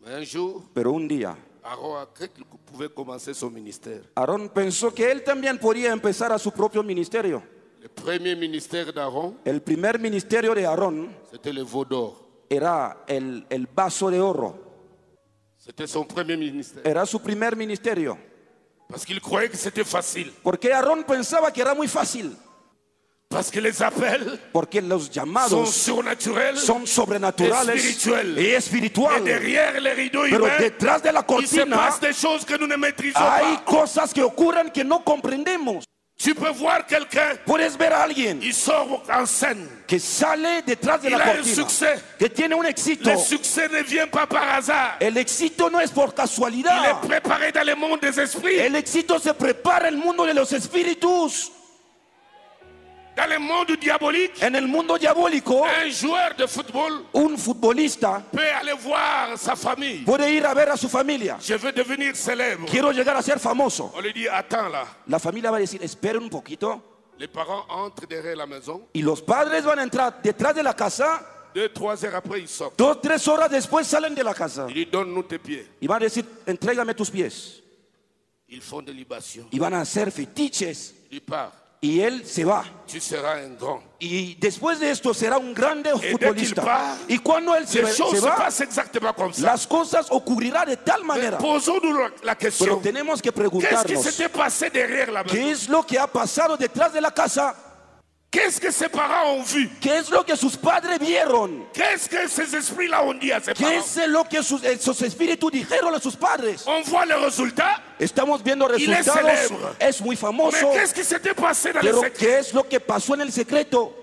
Mais un jour, Pero un día, Aaron a cru qu'il pouvait commencer son ministère. Aarón pensó que él también podía empezar a su propio ministerio. Le premier ministère d'Aaron, El primer ministerio de Aarón c'était le veau d'or. era el, el vaso de oro, C'était son premier ministère. era su primer ministerio. Parce qu'il croyait que c'était facile. Porque Aarón pensaba que era muy fácil, Parce que les appels porque los sont llamados surnaturels. Ah, son sobrenaturales Espirituel. y Et espirituales. derrière les rideaux Pero humains, detrás de la il se cortina passe des choses que nous ne maîtrisons hay pas. cosas que ocurren que no comprendemos. Tu peux voir quelqu'un, Puedes ver a alguien il sort en scène. que sale detrás de Il la a un cortina, succès. que tiene un éxito. Le succès ne vient pas par hasard. El éxito no es por Il casualidad. est préparé dans le monde des esprits, El éxito se prepara en el mundo de los espíritus, dans le monde diabolique. en el mundo diabólico. Un joueur de football Un futbolista peut aller voir sa famille. puede ir a ver a su familia. Je veux devenir célèbre. Quiero llegar a ser famoso. On lui dit, attends là. La familia va a decir, esperen un poquito. Les parents entrent derrière la maison. Y los padres van a entrar detrás de la casa. Deux, trois heures après, ils sortent. Dos, tres horas después salen de la casa. Il lui donne nous tes pieds. Y van a decir, entrégame tus pies. Ils font des libations. Y van a hacer fetiches. Il part. Y él se va. Tu seras un grand. Y después de esto será un grande dès futbolista. qu'il va, y cuando él se, Les va- choses se se va, passent exactement comme ça. las cosas ocurrirán de tal Mais manera. Posons-nous la- la Pero question. tenemos que Qu'est-ce qui preguntarnos, s'était passé derrière la maison ¿qué es lo que ha pasado detrás de la casa? Qu'est-ce que ses parents ont vu ¿Qué es lo que sus padres vieron? Qu'est-ce que ces esprits-là ont dit à ses ¿Qué parents es lo que sus, esos espíritus dijeron a sus padres? On voit le résultat, Estamos viendo Él es resultados, célebre. es muy mais famoso, qu'est-ce qui s'était passé dans les pero secrets ¿qué es lo que pasó en el secreto?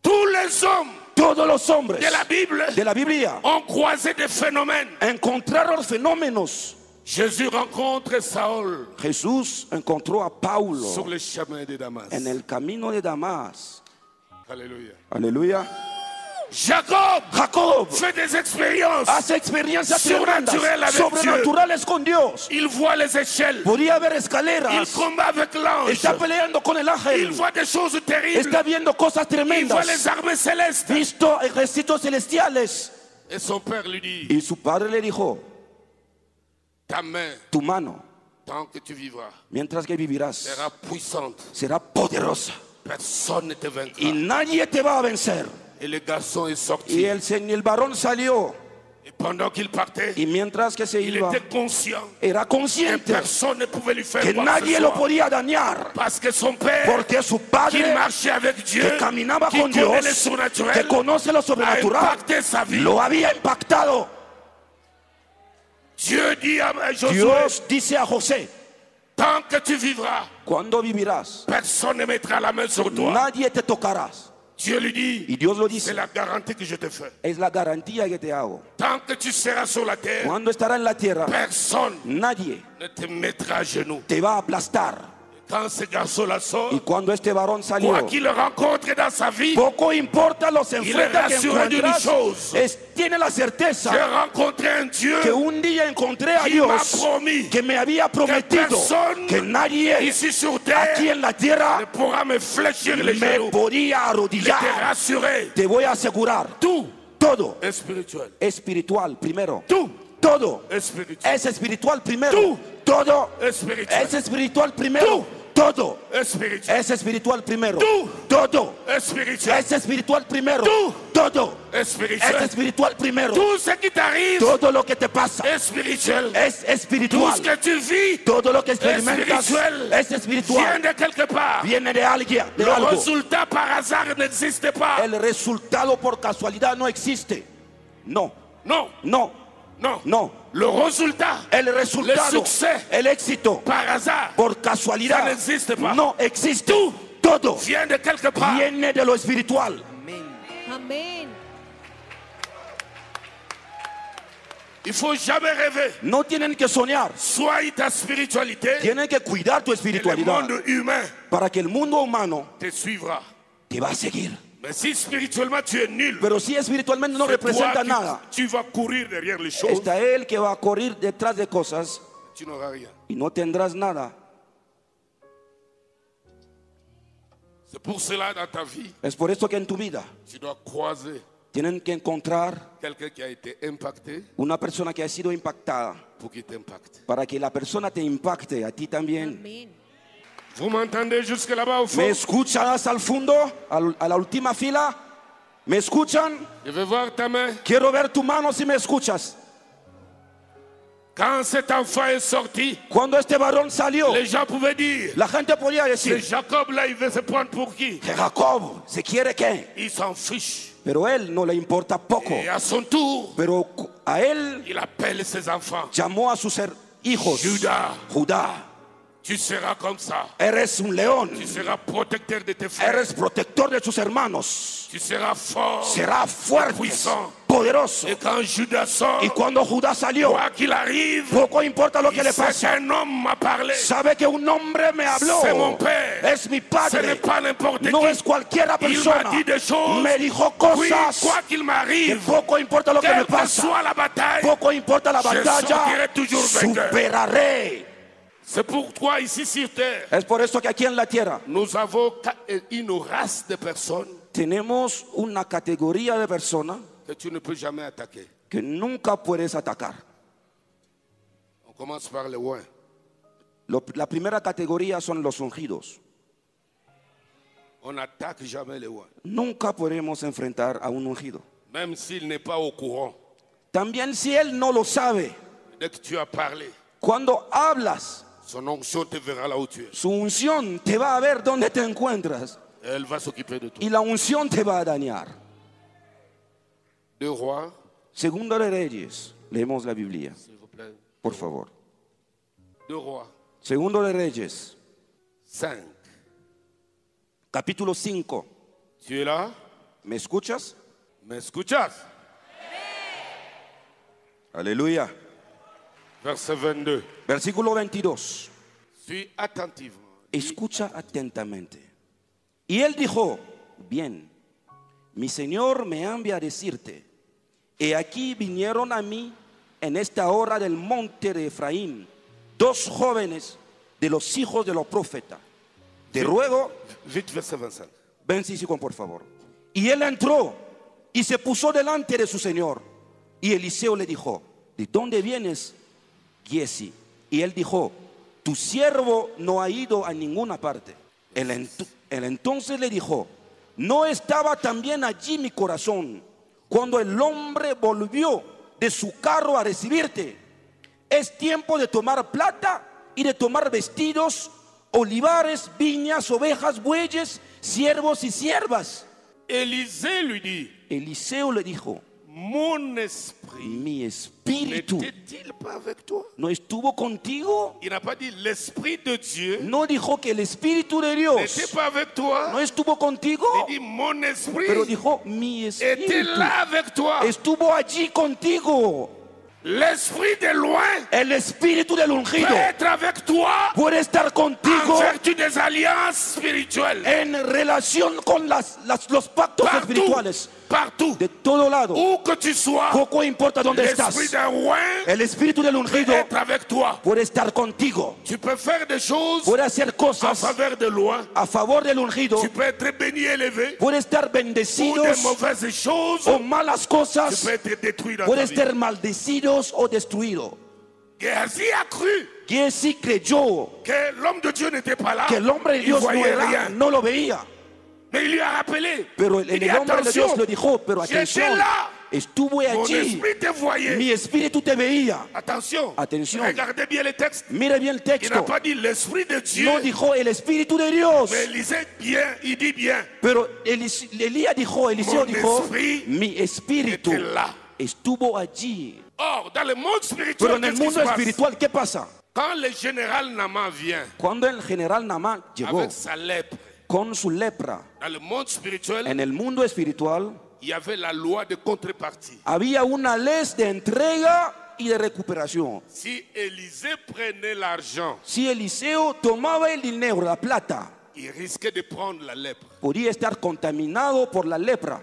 Tous les hommes Todos los hombres de la Bible de la Biblia ont croisé des phénomènes. encontraron fenómenos. Jésus rencontre Saül Jesús encontró a sur Paulo le chemin de Damas. en el camino de Damas. Alléluia. Aleluya. Jacob Jacob fait des expériences. hace experiencias Sobrenatural tremendas, avec Dieu. sobrenaturales con Dios. Il voit les échelles. Podía haber Il escaleras. combat avec l'ange. Está peleando con el Il ángel. voit des choses terribles. Está viendo cosas Il voit tremendas. les armées célestes. visto ejércitos celestiales. Et son père lui dit, Y su padre le dijo, ta main, tu mano, tant que tu vivras, mientras que vivirás, sera puissante. será poderosa Personne ne te vaincra. y nadie te va a vencer. Et le garçon est sorti. Y el, señ- el varón salió Et pendant qu'il partait, y mientras que se il iba, était conscient era que consciente personne ne pouvait lui faire que quoi que nadie ce lo soit. podía dañar Parce que son père, porque su qui padre marchait avec Dieu, que caminaba qui con connaît le Dios, que surnaturel, conoce lo a sobrenatural, impacté sa vie. lo había impactado. Dieu dit à Josué, Dios dice a José, tant que tu vivras, cuando vivirás, personne ne mettra la main sur toi. nadie te tocarás. Dieu lui dit, Y Dios lo c'est dice, la garantie que je te fais. es la garantía que te hago. Tant que tu seras sur la terre, Cuando estará en la tierra, personne nadie ne te mettra à genoux. te va a aplastar. Quand ce garçon-là sort, Y cuando este varón salió, quoi qu'il rencontre dans sa vie, poco importa los enfrentas que era seguro de encuentras, una cosa. es- tiene la j'ai certeza rencontré un Dieu que un día encontré a qui m'a Dios promis que me había prometido personne que nadie ici sur aquí terre en la ne tierra pourra me fléchir les me genoux. podía Je te arrodillar. rassuré, Te voy a asegurar, tout todo est spirituel. es espiritual primero. Tout Todo est spirituel. es espiritual primero. Tú. Todo Est spirituel. es espiritual primero. Tú. Todo Est spirituel. es espiritual primero. Tú. Todo Est spirituel. es espiritual primero. Tú. Todo Est es spirituel. espiritual primero. Tout ce qui t'arrive Todo lo que te pasa est spirituel. es Tout ce espiritual. que tu vis Todo lo que experimentas espiritual. es vient espiritual. de quelque part. Viene de alguien, de Le algo. résultat par hasard n'existe pas. El resultado por casualidad no existe. No, Non, no, non, no. Le résultat El resultado, succès. el éxito par hasard por Ça casualidad n'existe pas. no existe. Tú. Todo vient de quelque part. viene de lo espiritual. Amén. Il faut jamais rêver. No tienen que soñar. Soigne ta spiritualité Tienen que cuidar tu et le espiritualidad monde humain para que el mundo humano te suivra. te va a seguir. Mais si spirituellement tu es nul, Pero si espiritualmente no c'est toi representa qui- nada, tu vas courir derrière les choses, está él que va a correr detrás de cosas tu n'auras rien. y no tendrás nada. C'est pour cela dans ta vie, Es por esto que en tu vida tu dois croiser tienen que encontrar quelqu'un qui a été impacté una persona que ha sido impactada pour qu'il t'impacte. para que la persona te impacte a ti también. Amén. Vous m'entendez jusque là-bas au fond ¿Me escuchan hasta el fondo? Al- ¿A la última fila? ¿Me escuchan? Je veux voir ta main. Quiero ver tu mano si me escuchas. Quand cet enfant est sorti, Cuando este varón salió, les gens pouvaient dire la gente podía C'est decir, Jacob là, il veut se prendre pour qui que Jacob se quiere que, Il s'en fiche. pero él no le importa poco. Et à son tour, Pero cu- a él il appelle ses enfants. llamó a sus her- hijos. Judas, Judá, tu seras comme ça. eres un león, Tu seras protecteur de tes frères. eres protector de tus hermanos, Tu seras fort. será fuerte, Puissant. poderoso. Et quand Judas sort, Y cuando Judá salió, quoi qu'il arrive, poco importa lo que le c'est pase, un homme m'a parlé. sabe que un hombre me habló, C'est mon père. es mi Ce n'est padre, pas n'importe no qui. es cualquiera Il persona, m'a dit des choses. me dijo Oui, cosas, quoi qu'il que m'arrive, poco importa lo que me quelle que pasa, soit la bataille, poco importa la Je sortiré batalla, toujours vainqueur. superaré. c'est pourquoi ici sur terre, Es por eso que aquí en la tierra nous avons ca- une race de personnes tenemos una categoría de personas que tu ne peux jamais attaquer. que nunca puedes atacar. On commence par les oins. Lo- la primera categoría son los ungidos. On n'attaque jamais les oins, Nunca podemos enfrentar a un ungido. même s'il n'est pas au courant. También si él no lo sabe, Dès que tu as parlé, cuando hablas, son onction te verra là où tu es. su unción te va a ver dónde te encuentras Elle va s'occuper de toi. y la unción te va a dañar. Deux rois, Segundo de Reyes, leemos la Biblia, s'il vous plaît. por favor. Deux rois, Segundo de Reyes, cinq. capítulo 5. Tu es là ¿Me escuchas? Mais escuchas. Aleluya. Verset 22. Versículo 22. Suis attentivement. Escucha atentamente. Y él dijo, bien, mi Señor me envía a decirte, he aquí vinieron a mí en esta hora del monte de Efraín dos jóvenes de los hijos de los profetas. Te ruego, Vite, verset 25. ven Sísicón, por favor. Y él entró y se puso delante de su Señor. Y Eliseo le dijo, ¿de dónde vienes, Giesi? Y él dijo, tu siervo no ha ido a ninguna parte. Él, ent- él entonces le dijo, ¿no estaba también allí mi corazón cuando el hombre volvió de su carro a recibirte? Es tiempo de tomar plata y de tomar vestidos, olivares, viñas, ovejas, bueyes, siervos y siervas. Élisée lui dit Eliseo le dijo, Mon esprit mi espíritu n'était-il pas avec toi no estuvo contigo. Il n'a pas dit L'esprit de Dieu No dijo que el espíritu de Dios n'était pas avec toi. no estuvo contigo, Il dit Mon esprit pero dijo, mi était espíritu là avec toi. estuvo allí contigo. L'esprit de loin El espíritu del peut ungido être avec toi puede estar en contigo vertu des alliances spirituelles. en relación con las, las- los pactos Partout, espirituales partout, de todo lado. où que tu sois, Poco importa dónde estás. l'esprit d'un loin El espíritu del peut ungido être avec toi. puede estar contigo. Tu peux faire des choses Puede hacer en cosas faveur de loin. a favor del ungido. Tu peux être béni, élevé. Puede estar Ou des bendecidos mauvaises choses, o malas tu cosas. peux être détruit dans ta Puede vie. ser maldecidos o destruido. Géasi a cru Giesi creyó que l'homme de Dieu n'était pas là. que el hombre de il Dios no, voyait era, rien. no lo veía. Mais il lui a rappelé. Pero el, il dit, el hombre de attention, Dios le dijo, pero j'étais atención, là. estuve Mon allí. esprit te voyait. Mi espíritu te veía. Attention. Attention. Regardez bien les textes. Mire bien el Il n'a texto. pas dit l'esprit de Dieu. No dijo el espíritu de Dios. Mais lisez bien, il dit bien. Pero Elis- Elías dijo, Eliseo Mon dijo, esprit mi espíritu était là. estuvo allí. Or, dans le monde spirituel, Pero en el qu'est-ce qui mundo se passe espiritual, ¿qué pasa? Quand le général Naman vient Cuando el general Namán llegó avec sa lèpre, con su lepra, dans le monde spirituel, en el mundo espiritual il y avait la loi de contrepartie. había una ley de entrega y de recuperación. Si Élisée prenait l'argent, Si Eliseo tomaba el dinero, la plata, il risquait de prendre la lèpre. podía estar contaminado por la lepra.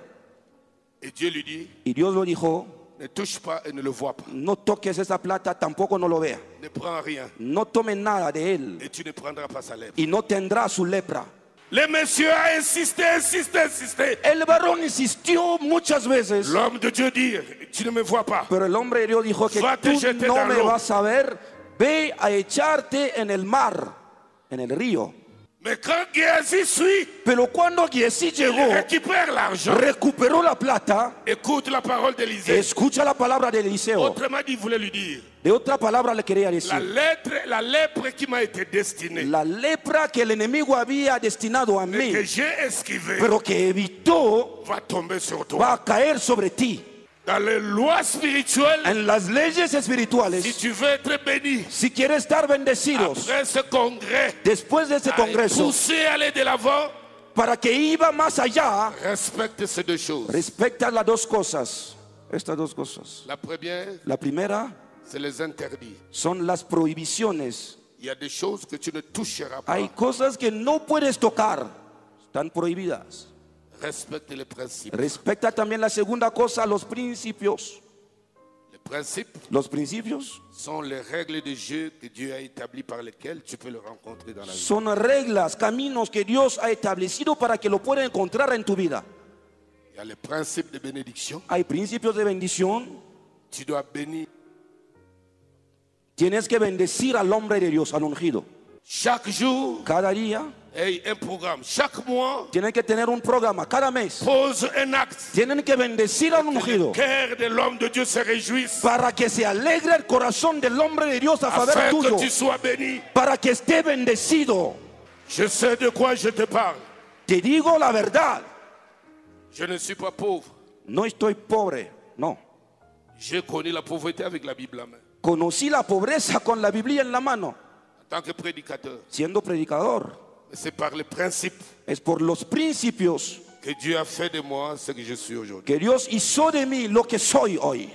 Et Dieu lui dit, Y Dios lo dijo, ne touche pas et ne le vois pas. no toques esa plata, tampoco no lo vea. Ne prends rien No tome nada de él et tu ne prendras pas sa lèpre. y no tendrá su lepra. Le monsieur a insisté, insisté, insisté. El varón insistió muchas veces, L'homme de Dieu dit, tu ne me vois pas. pero el hombre de Dios dijo que Va, te tú jeté no dans me l'eau. vas a ver, ve a echarte en el mar, en el río. Mais quand Géasi suit, Pero cuando Giesi il llegó, récupère l'argent. recuperó la plata, Écoute la parole d'Élisée. escucha la palabra de Eliseo. Autrement dit, il voulait lui dire, De otra palabra le quería la decir, lettre, la lèpre qui m'a été destinée, la lepra que el enemigo había destinado a mais mí, que j'ai esquivée, pero que evitó va tomber sur toi. va a caer sobre ti. Dans les lois spirituelles, En las leyes si espirituales, tu veux être béni, si quieres estar bendecidos après ce congrès, después de este congreso, pousser à aller de l'avant, para que iba más allá, respecte ces deux choses. respecta las dos cosas. Estas dos cosas. La première, La primera c'est les interdits. son las prohibiciones. Il y a des choses que tu ne toucheras pas. Hay cosas que no puedes tocar, están prohibidas. Respecte les principes. Respecta también la segunda cosa, los principios. Les principes Los principios sont les règles de jeu que Dieu a établies par lesquelles tu peux le rencontrer dans la vie. son reglas, caminos que Dios ha establecido para que lo puedas encontrar en tu vida. Il y a les principes de bénédiction. Hay principios de bendición, Tu dois bénir Tienes que bendecir al hombre de Dios, al ungido. chaque jour. Cada día et un programme. Chaque mois, tienen que tener un programa, cada mes. pose un acte. Tienen que bendecir al Que le ungido cœur de l'homme de Dieu se réjouisse para que se alegre el corazón del hombre de Dios a favor afin tuyo, que tu sois béni. para que esté bendecido. Je sais de quoi je te parle. Te digo la verdad, Je ne suis pas pauvre. no estoy pobre, no. J'ai connu la pauvreté avec la Bible en main. Conocí la pobreza con la Biblia en la mano, En tant que prédicateur, siendo predicador. Mais c'est par le principe Es por los principios que Dieu a fait de moi ce que je suis aujourd'hui. que Dios hizo de mí lo que soy hoy.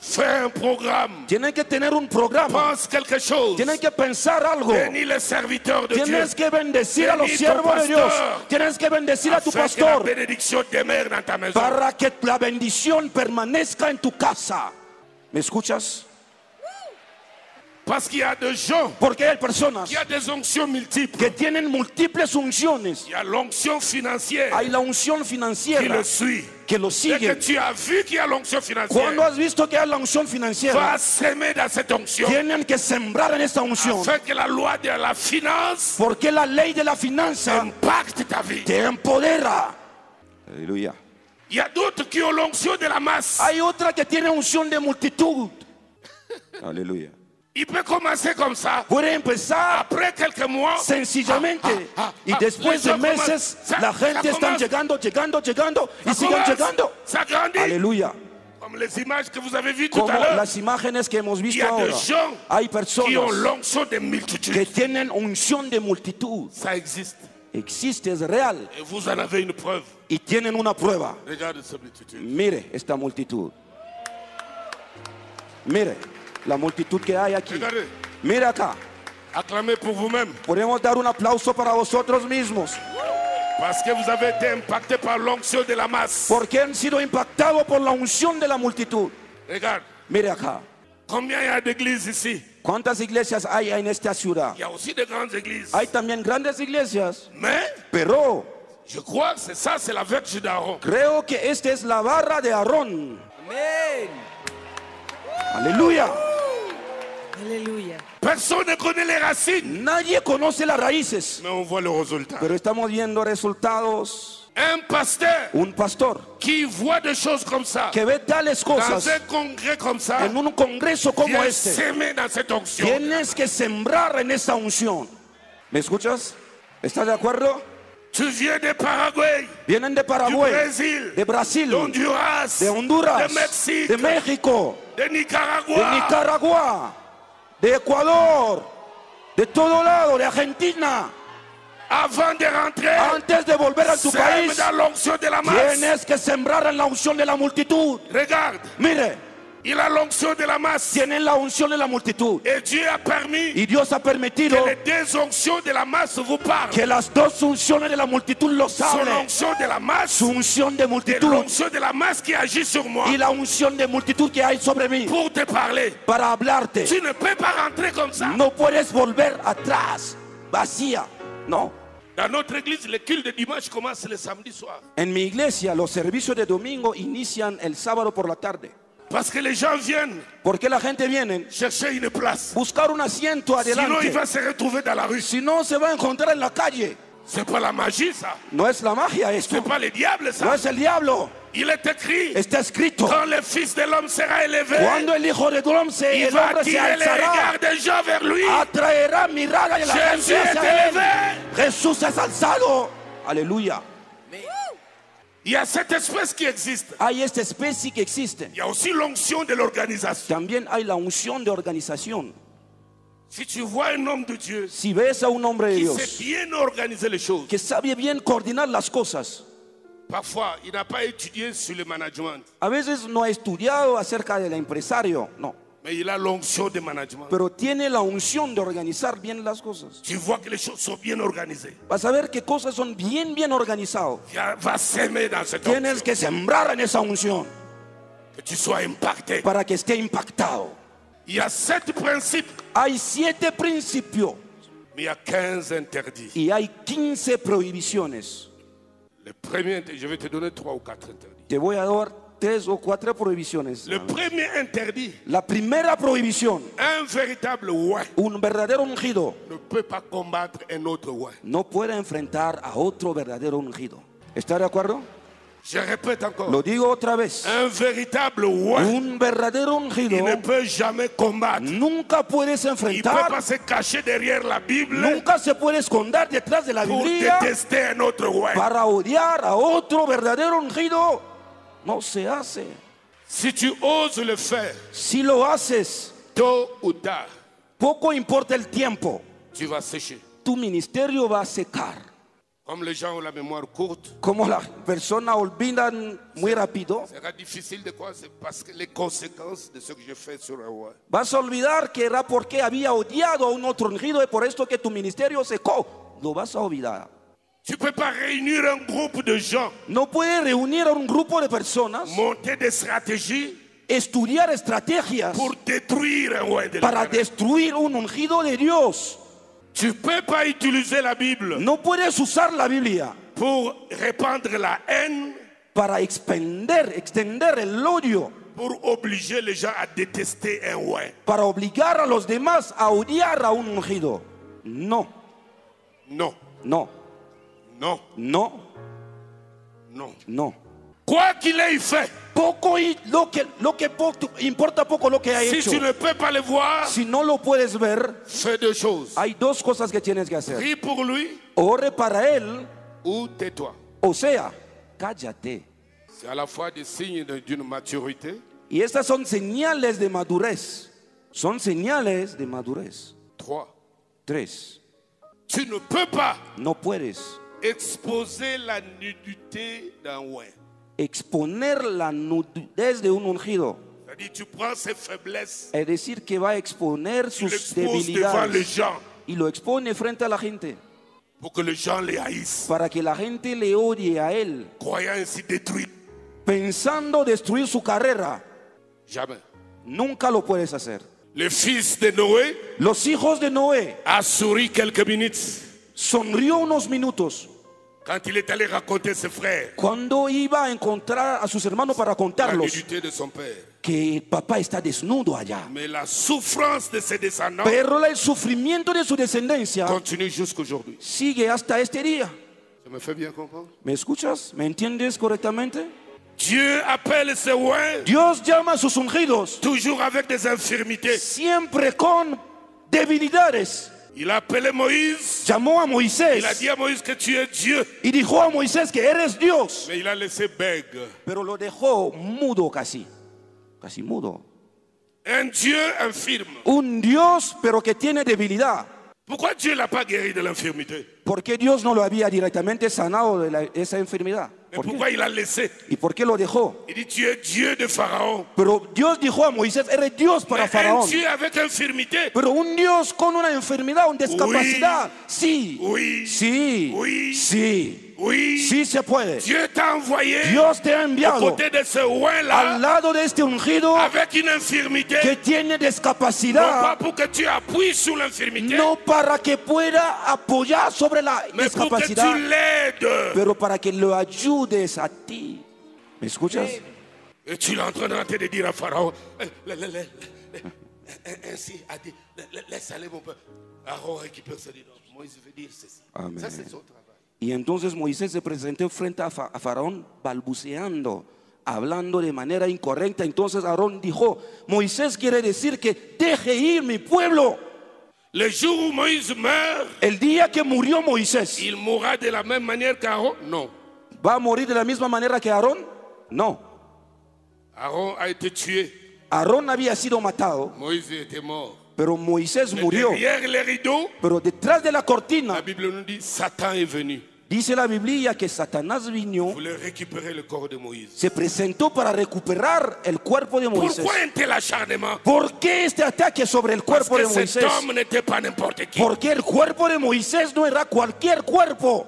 Fais un programme. Tienen que tener un programa, Pense quelque chose. tienen que pensar algo. Bénis les serviteurs de Dieu. Tienes que bendecir a los Bendito siervos de Dios. oh, pastor. Tienes que bendecir a tu afin que la pastor bénédiction demeure dans ta maison. para que la bendición permanezca en tu casa. ¿Me escuchas? Parce qu'il y a des gens Porque hay personas qui ont des onctions multiples. que tienen múltiples unciones. Il y a l'onction financière Hay la qui unción le financiera suit. que lo Dès que sigue. tu as vu qu'il y a l'onction financière, Cuando has visto que hay la unción financiera, va s'aimer dans cette onction. tienen que sembrar en esta unción. Afin que la loi de la finance Porque la ley de la finanza impacte ta vie. te empodera. Aleluya. Il y a d'autres qui ont l'onction de la masse. Hay otra que tiene unción de multitud. Aleluya. Il peut commencer comme ça. Puede empezar Après quelques mois, sencillamente. Ah, ah, ah, Y después ah, de ah, meses, ah, la gente ah, está ah, llegando, llegando, llegando y ça siguen commence, llegando. ça grandit. Aleluya. Comme les images que vous avez vues tout Como à l'heure, las imágenes que hemos il y visto a des ahora, gens qui hay ont personas l'onction des multitudes. que tienen unción de multitud. Ça existe. Existe, es real. Et vous en avez une preuve. Y tienen una prueba. Regarde cette multitude. Mire esta multitud. Mire la multitud que hay aquí. Regardez. Mire acá. Acclamez pour vous-même. Podemos dar un aplauso para vosotros mismos. Parce que vous avez été impacté par l'onction de la masse. Porque han sido impactados por la unción de la multitud. Regarde, Mire acá. combien il y a d'églises ici ¿Cuántas iglesias hay en esta ciudad? Il y a aussi de grandes églises. Hay también grandes iglesias, Mais pero je crois que c'est ça, c'est la verge d'Aaron. creo que esta es la barra de Aarón. Aleluya. Aleluya. Personne ne connaît les racines, Nadie conoce las raíces, mais on voit le résultat. pero estamos viendo resultados. Un pasteur Un pastor qui voit des choses comme ça, que ve tales dans un cosas congrès comme ça, en un congreso como vient este, s'aimer dans cette onction. tienes que sembrar en esta unción. ¿Me escuchas? ¿Estás de acuerdo? Tu viens de Paraguay, Vienen de du Paraguay, Brésil, de Brasil, d'Honduras, de Honduras, de Mexique, de México, de Nicaragua. de Nicaragua, de Ecuador, de todo lado, de Argentina. Avant de rentrer, Antes de volver a tu sème país, dans l'onction de la masse. tienes que sembrar en la unción de la multitud. Regarde, Mire, Il a l'onction de la masse. tienen la unción de la multitud. Et Dieu a permis Y Dios ha permitido que les deux onctions de la masse vous parlent. que las dos unciones de la multitud los Son hablen. l'onction de la masse Su unción de et multitud l'onction de la masse qui agit sur moi y la unción de multitud que hay sobre mí pour te parler. para hablarte. Tu ne peux pas rentrer comme ça. No puedes volver atrás vacía. No. Dans notre église, le culte de dimanche commence le samedi soir. En mi iglesia los servicios de domingo inician el sábado por la tarde. Parce que les gens viennent Porque la gente viene chercher une place. buscar un asiento Sinon, adelante. il va se retrouver dans la rue. Si no se va a encontrar en la calle. C'est pas la magie, ça. No es la magia esto. C'est pas le diable, No ça. es el diablo. Il est écrit Está escrito. quand le Fils de l'homme sera élevé, Cuando el hijo de Dom se il el va hombre se attirer les alzará, regards des gens vers lui. atraerá mirada y Ah, la Jésus gente est hacia él. élevé. Jesús es alzado. Aleluya. Il y a cette espèce qui existe. Hay esta especie que existe. Il y a aussi l'onction de l'organisation. También hay la unción de organización. Si tu vois un homme de Dieu Si ves a un hombre de qui sait Dios bien organiser les choses, que sabe bien coordinar las cosas, parfois il n'a pas étudié sur le management, a veces no ha estudiado acerca del empresario, no, mais il a l'onction de management. pero tiene la unción de organizar bien las cosas. Tu vois que les choses sont bien organisées. Vas a ver qué cosas son bien, bien organizadas. Viens, Va s'aimer dans cette onction. Tienes que sembrar en esa unción Que tu sois impacté. para que esté impactado. Il y a sept principes, Hay siete principios mais il y a 15 interdits. y hay 15 prohibiciones. Le premier, je vais te donner trois ou quatre interdits. Te voy a dar tres o cuatro prohibiciones. Le premier interdit, La primera prohibición, un véritable ouais un verdadero ungido ne peut pas combattre un autre ouais. no puede enfrentar a otro verdadero ungido. ¿Está de acuerdo? Je répète encore, Lo digo otra vez. un véritable ouais Un verdadero il ungido ne peut jamais combattre. nunca puedes Il ne peut pas enfrentar, se cacher derrière la Bible nunca se puede esconder detrás de la pour Biblia détester un autre ouais. para odiar a otro verdadero ungido. No se hace. Si tu oses le faire, Si lo haces, tôt ou tard, poco importa el tiempo. tu vas sécher. tu ministerio va a secar. Comme les gens ont la mémoire courte, Como las personas olvidan muy rápido, ce sera difficile de croire c'est parce que les conséquences de ce que je fais sur un ouais. vas a olvidar que era porque había odiado a un otro ungido y por esto que tu ministerio secó. Lo vas a olvidar. Tu peux pas réunir un groupe de gens, No puedes reunir a un grupo de personas, monter des stratégies estudiar estrategias pour détruire un ouais de para l'Éternel. destruir un ungido de Dios. Tu peux pas utiliser la Bible No puedes usar la Biblia pour répandre la haine, para expender, extender el odio, pour obliger les gens à détester un ouais. para obligar a los demás a odiar a un ungido. No, Non, no, non, no, non. no. Quoi qu'il ait fait, Poco y lo que, lo que po- importa poco lo que ha si hecho. tu ne peux pas le voir, Si no lo puedes ver, fais deux choses. hay dos cosas que tienes que hacer. Prie pour lui Ore para él, ou tais-toi. o sea, cállate. C'est à la fois des signes de- d'une maturité. Y estas son señales de madurez. Son señales de madurez. Trois, Tres, tu ne peux pas no puedes exposer la nudité d'un ouais. exponer la nudez de un ungido. C'est-à-dire, tu prends ses faiblesses, Es decir, que va a exponer tu l'exposes sus devant les debilidades gens y lo expone frente a la gente pour que les gens les haïssent. para que la gente le odie a él, Croyant ainsi détruire. pensando destruir su carrera. Jamais. Nunca lo puedes hacer. Le fils de Noé Los hijos de Noé a souri quelques minutes sonrió unos minutos quand il est allé raconter ses frères cuando iba a encontrar a sus hermanos para la contarlos nudité de son père. que el papá está desnudo allá. Mais la souffrance de ses descendants Pero el sufrimiento de su descendencia continue jusqu'aujourd'hui. sigue hasta este día. Ça me fait bien comprendre. ¿Me escuchas? ¿Me entiendes correctamente? Dieu appelle ses ouais Dios llama a sus ungidos toujours avec des infirmités. siempre con debilidades. Il a appelé Moïse. Llamó a Il a Moisés dit à Moïse que tu es Dieu. y dijo a Moisés que eres Dios, Mais il a laissé bègue. pero lo dejó mudo casi, casi mudo. Un Dieu infirme. un Dios pero que tiene debilidad. Pourquoi Dieu l'a pas guéri de l'infirmité ¿Por qué Dios no lo había directamente sanado de la- esa enfermedad? Mais ¿Por qué? pourquoi il a laissé ¿Y por qué lo dejó? Il dit Tu es Dieu de Pharaon. Pero Dios dijo a Moisés, eres Dios Mais para un Faraón. Dieu avec infirmité. Pero un Dios con una enfermedad, una discapacidad, sí, Oui. sí, Oui. sí, Oui. sí se puede. Dieu t'a envoyé Dios te ha à enviado côté de ce al ouin-là lado de este ungido avec une infirmité. que tiene Non pas discapacidad, pour que tu appuies sur l'infirmité, no para que pueda apoyar sobre la mais pour que discapacidad, tu l'aides. pero para que lo ayudes a ti. ¿Me escuchas? Et tu l'es en train d'arrêter de dire à Pharaon euh, la- la- la- la- Ainsi a dit, la- la- laisse aller mon peuple. Aaron récupère ça. dit, non, Moïse veut dire ceci. Amen. Ça, c'est son travail. Y entonces Moisés se presentó frente a, Fa- a Faraón balbuceando, hablando de manera incorrecta. Entonces Aarón dijo, Moisés quiere decir que deje ir mi pueblo. Le jour où Moïse meurt, El día que murió Moisés, il mourra de la même manière qu'Aaron Non. ¿va a morir de la misma manera que Aarón? No, Aaron a été tué. Aarón había sido matado, Moïse était mort. pero Moisés Mais murió. Derrière les rideaux, Pero detrás de la la cortina Bible nous dit Satan est venu. dice la Biblia que Satanás vino, voulait récupérer le corps de Moïse. se presentó para recuperar el cuerpo de Moisés. Pourquoi un tel acharnement ¿Por qué este ataque sobre el Parce cuerpo que de cet Moisés? homme n'était pas n'importe qui. Vous Porque el cuerpo de Moisés no era cualquier cuerpo.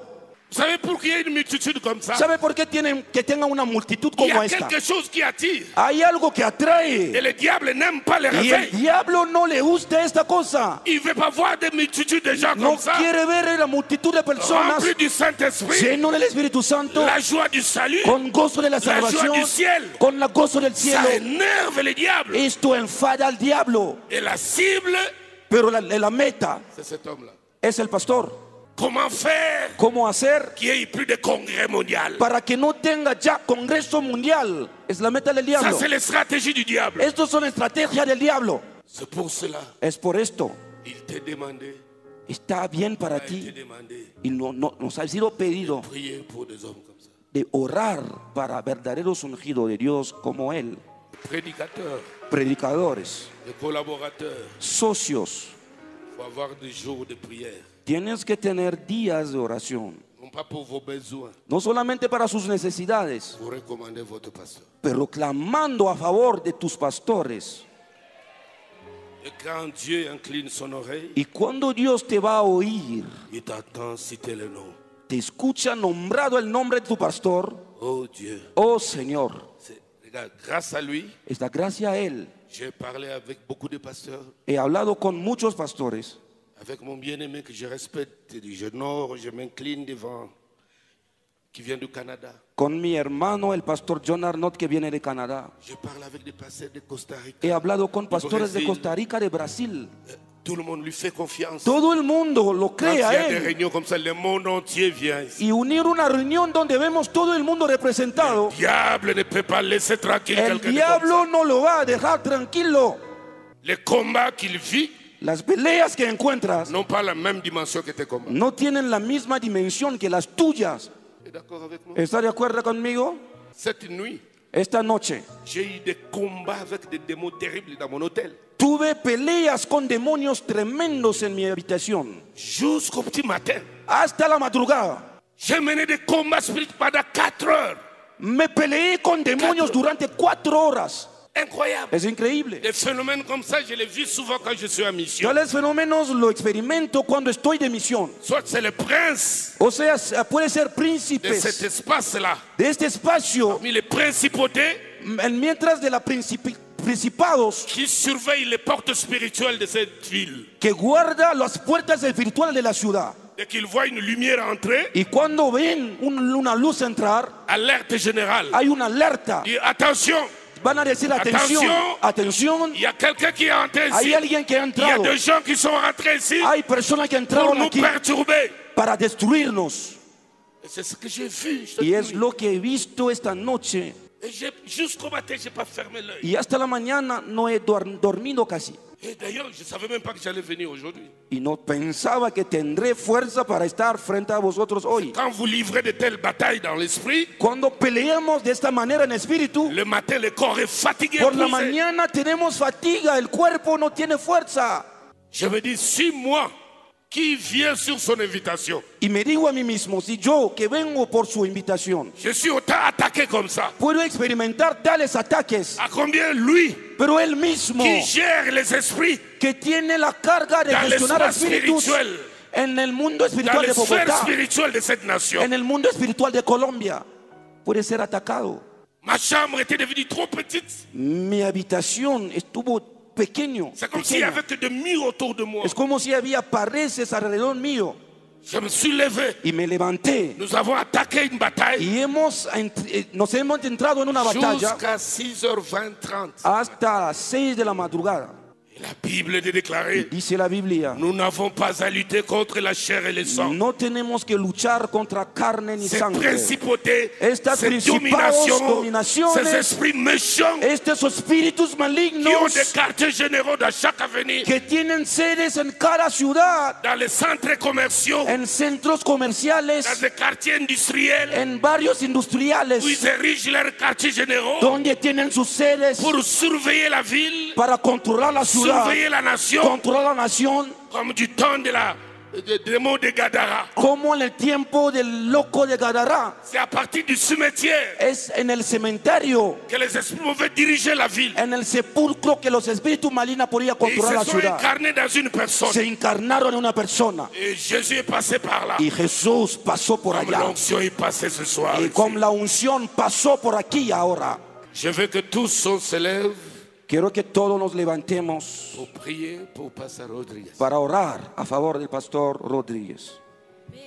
savez pourquoi il y a une multitude comme ça ¿Sabe por qué tienen que tenga una multitud Il y como a esta? quelque chose qui attire. Hay algo que Et atrae. le diable n'aime pas les Y el réveils. diablo no le gusta esta cosa. Il ne veut pas voir des multitudes de gens No comme ça. quiere ver a la multitud de personas Remplis du Saint-Esprit, lleno del Espíritu Santo, la joie du salut, con gozo de la joie salvación, du ciel. con la gozo del cielo. ça énerve le diable. Esto enfada al diablo. Et la cible, Pero la, la meta c'est cet homme-là. es el pastor. Comment faire ¿Cómo hacer qu'il n'y ait plus de congrès mondial para que no tenga ya Congreso Mundial? Es la meta del Ça, diablo. c'est les stratégies du diable. Estas son estrategias del diablo. C'est pour cela Es por esto. il t'a demandé Está bien para Il te ti. demandé Y no, no- nos ha sido pedido prier pour des hommes comme ça. de orar para verdaderos ungidos de Dios como Él. Prédicateurs, Predicadores, des collaborateurs, socios. il faut avoir des jours de prière. Tienes que tener días de oración. Non pas pour vos besoins, No solamente para sus necesidades, vous recommandez votre pasteur. pero clamando a favor de tus pastores. Et quand Dieu incline son oreille, Y cuando Dios te va a oír, il t'attend citer le nom. te escucha nombrado el nombre de tu pastor, Oh Dieu, oh Señor, c'est- regarde, grâce à lui, esta gracia a Él. j'ai parlé avec beaucoup de pasteurs, He hablado con muchos pastores avec mon bien-aimé que je respecte, et je n'honore, je m'incline devant, qui vient du Canada. con mi hermano, el pastor John Arnott, que viene de Canadá. Je parle avec des pasteurs de Costa Rica. He hablado con Brasil. pastores de Costa Rica, de Brasil. Euh, Tout le monde lui fait confiance. Todo el mundo lo Quand il y cree a a des él. réunions comme ça, le monde entier vient. ici. Y unir una reunión donde vemos todo el mundo representado, Le diable ne peut pas laisser tranquille el quelqu'un. de comme diablo no lo va a dejar tranquilo. ça. Les combats qu'il vit Las peleas que encuentras n'ont pas la même dimension que tes combats. no tienen la misma dimensión que las tuyas. T'es d'accord avec moi ¿Está de acuerdo conmigo? Cette nuit, Esta noche j'ai eu des combats avec des démons terribles dans mon hôtel. tuve peleas con demonios tremendos en mi habitación. Jusqu'au petit matin. Hasta la madrugada. J'ai mené des combats spirituels pendant 4 heures. Me peleé con demonios durante cuatro horas. Incroyable. Es increíble. Des phénomènes comme ça, je les vis souvent quand je suis en Yo mission. los fenómenos lo experimento cuando estoy de misión. Soit c'est le prince O sea, puede ser de cet príncipes espace-là, de este espacio, parmi les principautés en mientras de la principi- principados qui surveille les portes spirituelles de cette ville. que guarda las puertas espirituales de la ciudad. Dès qu'ils voient une lumière entrer, Y cuando ven un- una luz entrar, alerte générale. hay una alerta. Dit, attention, Van a decir atención, atención, il y a quelqu'un qui est entré hay ici. alguien que ha Il y a entrado, des gens qui sont rentrés ici hay personas que pour entraron nous aquí perturber. para destruirnos. Et C'est ce que j'ai vu. je te Y es dis. lo que he visto esta noche. Et j'ai- jusqu'au matin, je n'ai pas fermé l'œil. Y hasta la mañana no he duer- dormido casi. Et d'ailleurs, je ne savais même pas que j'allais venir aujourd'hui. Y no pensaba que tendré fuerza para estar frente a vosotros hoy. Quand vous livrez de telles batailles dans l'esprit, Cuando peleamos de esta manera en espíritu, le matin, le corps est fatigué. por la épuisé. mañana tenemos fatiga, el cuerpo no tiene fuerza. Je me dis, si moi, qui vient sur son invitation. Y me digo a mí mismo, si yo que vengo por su invitación, Je suis autant attaqué comme ça. puedo experimentar tales ataques, À combien lui, pero él mismo qui gère les esprits, que tiene la carga de Dans gestionar l'espace espíritus spiritual. en el mundo dans espiritual de les sphères Bogotá, spirituelles de cette nation. en el mundo espiritual de Colombia, puede ser atacado. Ma chambre était devenue trop petite. Mi habitación estuvo pequeño. C'est comme s'il n'y pequeña. avait que des murs autour de moi. Es como si había paredes alrededor mío. Je me suis levé. Y me levanté. Nous avons attaqué une bataille Y hemos, ent- eh, nos hemos entrado en una batalla jusqu'à 6h20, 30. hasta las 6 de la madrugada. La Bible dit déclaré Dice la Biblia, Nous n'avons pas à lutter contre la chair et le sang. no tenemos que luchar contra carne ni Ces sangre. principautés, Estas ces principados, dominations, dominaciones, ces esprits méchants Estos espíritus qui ont des malignos quartiers généraux dans chaque avenue, que tienen sedes en cada ciudad, dans les centres commerciaux, en centros dans comerciales, les quartiers industriels, en barrios où industriales, ils érigent leurs quartiers généraux donde tienen sus sedes pour surveiller la ville, para controlar la ciudad, surveiller la nation, controlar la nación, comme du temps de la de, des mots de Gadara. como en el tiempo del loco de Gadará. C'est à partir du cimetière Es en el cementerio, que les esprits mauvais dirigeaient la ville. en el sepulcro que los espíritus malignos Et podían ils controlar Eh, la se sont ciudad. incarnés dans une personne. Se encarnaron en una persona Et Jésus est passé par là. y Jesús pasó por Comme allá. l'onction est passée ce soir. Y con la unción pasó por aquí ahora. Je veux que tous on se lève Quiero que todos nos levantemos pour prier pour Pastor Rodriguez. para orar a favor del pastor Rodríguez.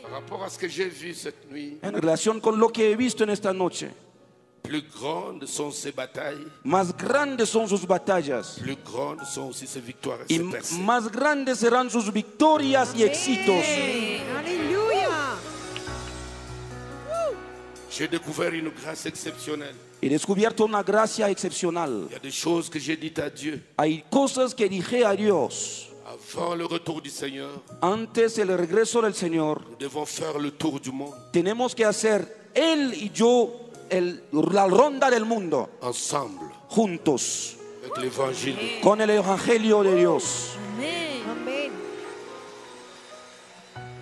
Par rapport à ce que j'ai vu cette nuit, En relación con lo que he visto en esta noche, plus grandes sont ses batailles, más grandes son sus batallas plus grandes sont aussi ses victoires et y ses percées. más grandes serán sus victorias y éxitos. Aleluya. J'ai découvert une grâce exceptionnelle. He descubierto una gracia excepcional. Il y a des choses que j'ai dites à Dieu Hay cosas que dije a Dios. avant le retour du Seignor. Antes del regreso del Señor, Nous devons faire le tour du monde tenemos que hacer Él y yo el- la ronda del mundo ensemble juntos avec l'évangile. con el Evangelio de Dios. Amén.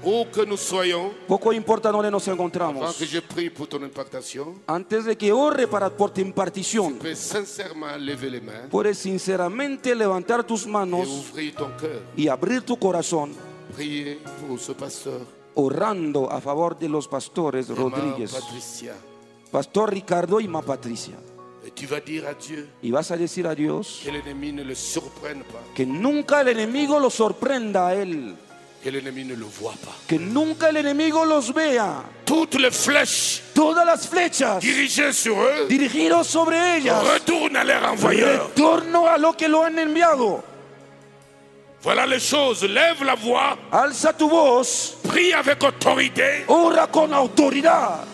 Où que nous soyons, Poco importa donde nos avant que encontramos. je prie pour ton impactation, Antes de que ore para por tu tu impartición, peux sincèrement lever les mains puedes sinceramente levantar tus et manos ouvrir ton cœur. y abrir tu corazón Priez pour ce pasteur, orando a favor de los pastores Rodriguez. Rodríguez, Patricia. Pastor Ricardo y Ma Patricia. Et tu vas dire à Dieu Y vas a decir a Dios que l'ennemi ne le surprenne pas, que nunca el enemigo los sorprenda a él, que l'ennemi ne le voit pas. que nunca el enemigo los vea. Toutes les flèches Todas las flechas dirigées sur eux dirigidas sobre ellas, retournent à leur envoyeur. retorno a lo que lo han enviado. Voilà les choses. Lève la voix, Alza tu voz, prie avec autorité ora con autoridad.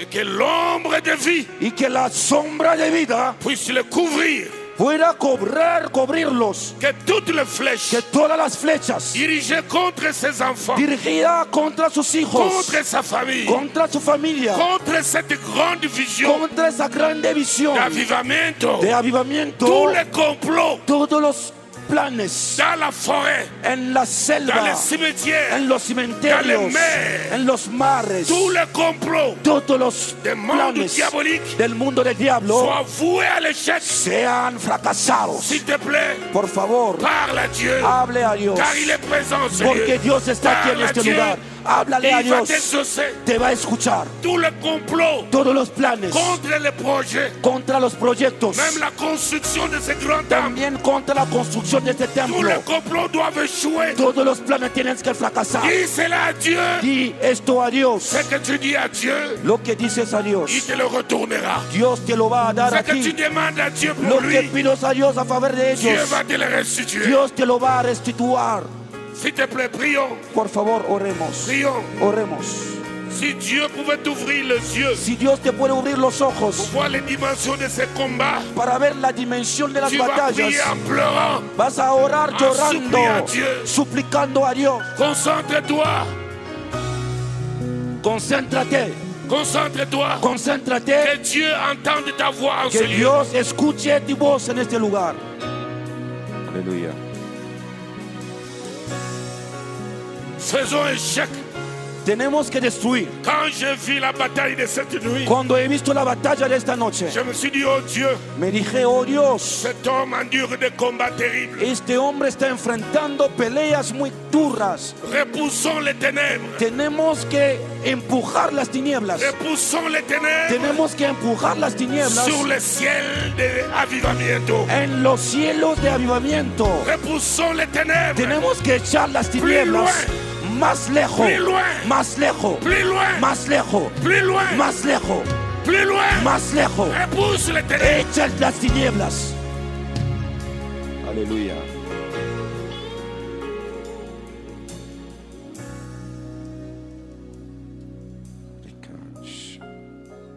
et que l'ombre de vie y que la sombra de vida puisse le couvrir. pueda cobrar, cubrirlos. Que toutes les flèches Que todas las flechas dirigées contre ses enfants, dirigidas contra sus hijos, contre sa famille, contra su familia, contre cette grande vision contra esa grande visión d'avivamento, de avivamiento, tous les complots todos los planes dans la forêt, en la dans selva, les cimetières, en los cementerios, mares, en los mares, tous les complots todos los Del mundo planes diabólico. del mundo del diablo soient voués à l'échec. sean fracasados. S'il te plaît, Por favor, parle à Dieu, hable a Dios. car il est présent, Seigneur. Ah. Porque Dios está aquí en Parle à este Dieu, lugar. Háblale a il va Dios. t'exaucer Te va a escuchar. tous les complots Todos los planes contre les projets, contra los proyectos. même la construction de ces grands temples. También contra la construcción de este Tous les templo. complots doivent échouer. Todos los planes tienen que fracasar. Dis cela à Dieu. Di esto a Dios. Ce que tu dis à Dieu, Lo que dices a Dios. il te le retournera. Dios te lo va a dar Ce a que tu ti. demandes à Dieu Lo pour que lui, pides a Dios a favor de Dieu ellos. va te le restituer. Dios te lo va a restituir. S'il te plaît, prions, Por favor, oremos. prions. Oremos. Si Dieu pouvait t'ouvrir les yeux Si Dios te puede abrir los pour ojos voir les dimensions de ces combats, para ver la dimensión de las tu vas prier batallas. en pleurant. Vas a orar A llorando, suplicar a Dios. suplicando a Dios. Concentre-toi, Concéntrate, concentre-toi. Que concéntrate. Dieu entende ta voix en ce Que lieu. Dios escuche tu voz en este lugar. Aleluya. faisons échec. Tenemos que destruir. Quand j'ai vu la bataille de cette nuit, Cuando he visto la batalla de esta noche, je me suis dit, oh Dieu, me dije, oh Dios, cet homme endure des combats terribles. este hombre está enfrentando peleas muy duras. Repoussons les ténèbres. Tenemos que empujar las tinieblas. Repoussons les ténèbres Tenemos que empujar las tinieblas sur le ciel de avivamiento. en los cielos de avivamiento. Repoussons les ténèbres Tenemos que echar las tinieblas más lejos, más lejos, plus loin, más lejos, plus loin, más lejos, plus loin. más lejos. Repousse les ténèbres. Echa las tinieblas. Aleluya.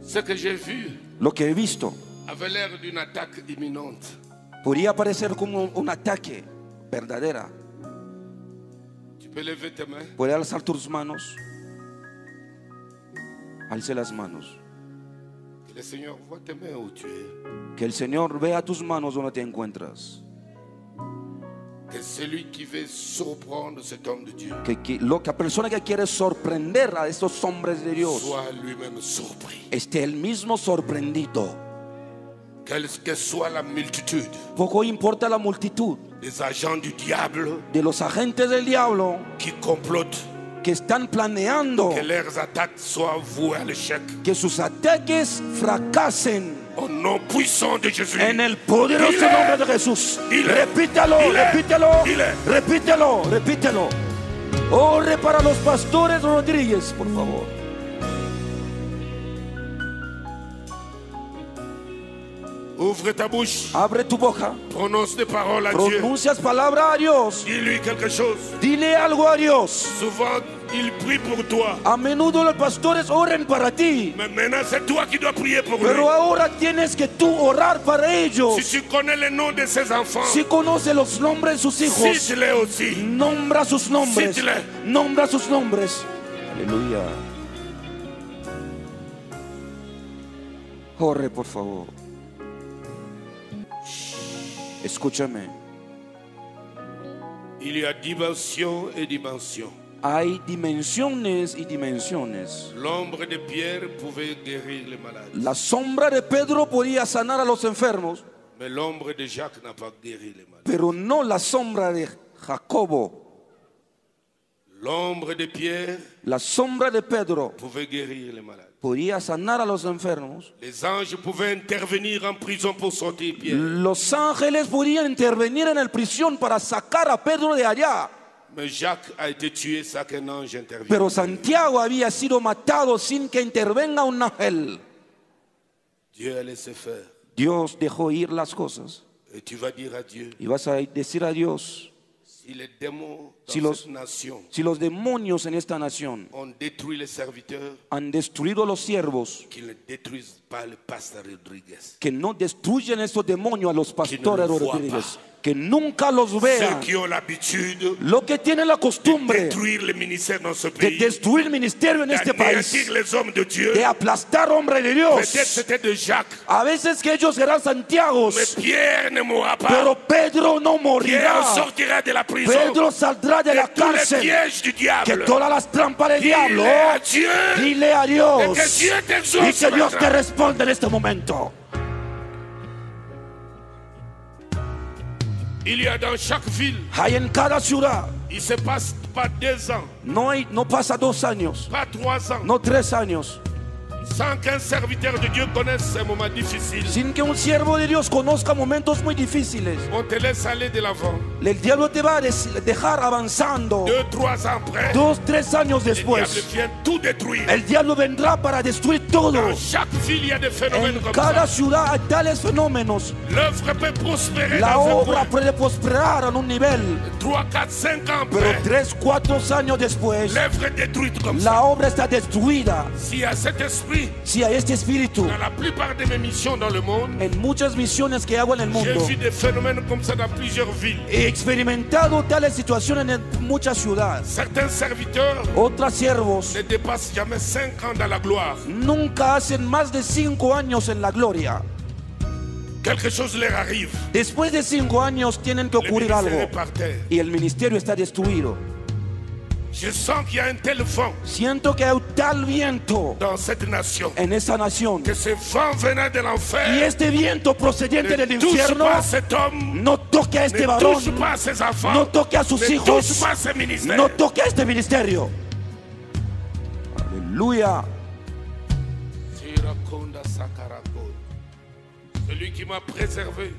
Ce que j'ai vu Lo que he visto avait l'air d'une attaque imminente. podría parecer como un ataque verdadera. Tu peux lever tes mains. Puede alzar tus manos. Alce las manos. Que le Seigneur voit tes mains où tu es. Que el Señor vea tus manos donde te encuentras. Que celui qui veut surprendre cet homme de Dieu Que, que lo, que la persona que quiere sorprender a estos hombres de Dios soit lui-même surpris. esté el mismo sorprendido. Quelle que soit la multitude Poco importa la multitud des agents du diable de los agentes del diablo qui complotent, que están planeando que leurs attaques soient vouées à l'échec. que sus ataques fracasen. Au nom puissant de Jésus. En el poderoso Il est- nombre de Jesús. Il est- repítalo, Il est- repítalo, Il est- repítalo, repítalo. Ore para los pastores Rodríguez, por favor. Ouvre ta bouche. Abre tu boca, Prononce des paroles à Dieu. pronuncias palabra a Dios. Dis-lui quelque chose. Dile algo a Dios. Souvent, il prie pour toi. A menudo los pastores oren para ti, Mais maintenant, c'est toi qui dois prier pour lui. pero ahora tienes que tú orar para Si ellos. tu connais le nom de ses enfants, Si conoce los nombres de sus hijos, cite-les aussi. nombra sus nombres, Síguele. nombra sus nombres. Aleluya. Corre, por favor. Escúchame. Il y a dimension et dimension. Hay dimensiones y dimensiones. L'ombre de Pierre pouvait guérir les malades, La sombra de Pedro podía sanar a los enfermos, mais l'ombre de Jacques n'a pas guéri les malades. pero no la sombra de Jacobo. L'ombre de Pierre La sombra de Pedro pouvait guérir les malades. podía sanar a los enfermos. Les anges pouvaient intervenir en prison pour sortir Pierre, Los ángeles podían intervenir en el prisión para sacar a Pedro de allá. mais Jacques a été tué sans qu'un ange intervienne. Pero Santiago había sido matado sin que intervenga un ángel. Dieu a laissé faire. Dios dejó ir las cosas. Et tu vas dire à Dieu, Y vas a decir a Dios, si les démons dans Si los- cette nation si los demonios en esta nación ont détruit les serviteurs, han destruido los siervos, qu'ils ne détruisent pas le pasteur Rodriguez. que no destruyen estos demonios a los pastores los vea. Rodríguez, que nunca los vean. Ceux qui ont l'habitude Lo que tienen la de costumbre détruire les ministères dans ce de pays, destruir ministerio en este d'anéantir país, les hommes de Dieu, de aplastar hombre de Dios. peut-être c'était de este Jacques, A veces que ellos serán Santiago, mais Pierre ne mourra pas. pero Pedro no Pierre morirá. sortira de la prison. Pedro saldrá de la que tous les cárcel. pièges du Que diable. todas las trampas del diablo. Dile à Dieu Dile a et Dios. que Dieu Y t'exauce. que Dios te maintenant. responde en este momento. Il y a dans chaque ville, Hay en cada ciudad. il se passe pas deux ans, No, hay, no pasa dos años. pas trois ans, No tres años. sans qu'un serviteur de Dieu connaisse ces moments difficiles. Sin que un siervo de Dios conozca momentos muy difíciles. On te laisse aller de l'avant. El diablo te va a des- dejar avanzando. Deux, trois ans après, Dos, tres años le diable después. vient tout détruire. El diablo vendrá para destruir todo. Dans chaque ville, il y a des phénomènes En comme cada ça. ciudad hay tales fenómenos. L'œuvre peut prospérer La dans un obra coin. puede prosperar en un nivel. 3, 4, 5 ans Pero après, tres, cuatro años después, l'œuvre est détruite comme ça. la obra está destruida. S'il y a cet esprit, Si hay este espíritu, dans la plupart de mes missions dans le monde, en muchas misiones que hago en el j'ai mundo, vu des phénomènes comme ça dans plusieurs villes. he experimentado tales situaciones en muchas ciudades. Certains serviteurs Otras siervos ne dépassent jamais 5 ans dans la gloire. nunca hacen más de cinco años en la gloria. Quelque chose leur arrive. Después de cinco años tienen que Le ocurrir ministère algo est par terre. y el ministerio está destruido. Je sens qu'il y a un tel vent Siento que hay tal viento dans cette nation. en esa nación. Que ce vent venant de Y l'enfer este viento procedente ne del touche infierno pas cet homme, no toque a este ne touche varón, pas ses enfants, no toque a sus ne touche hijos, pas ses ministères. no toque a este ministerio. Aleluya. Tirakonda Sakarako. Celui qui m'a préservé.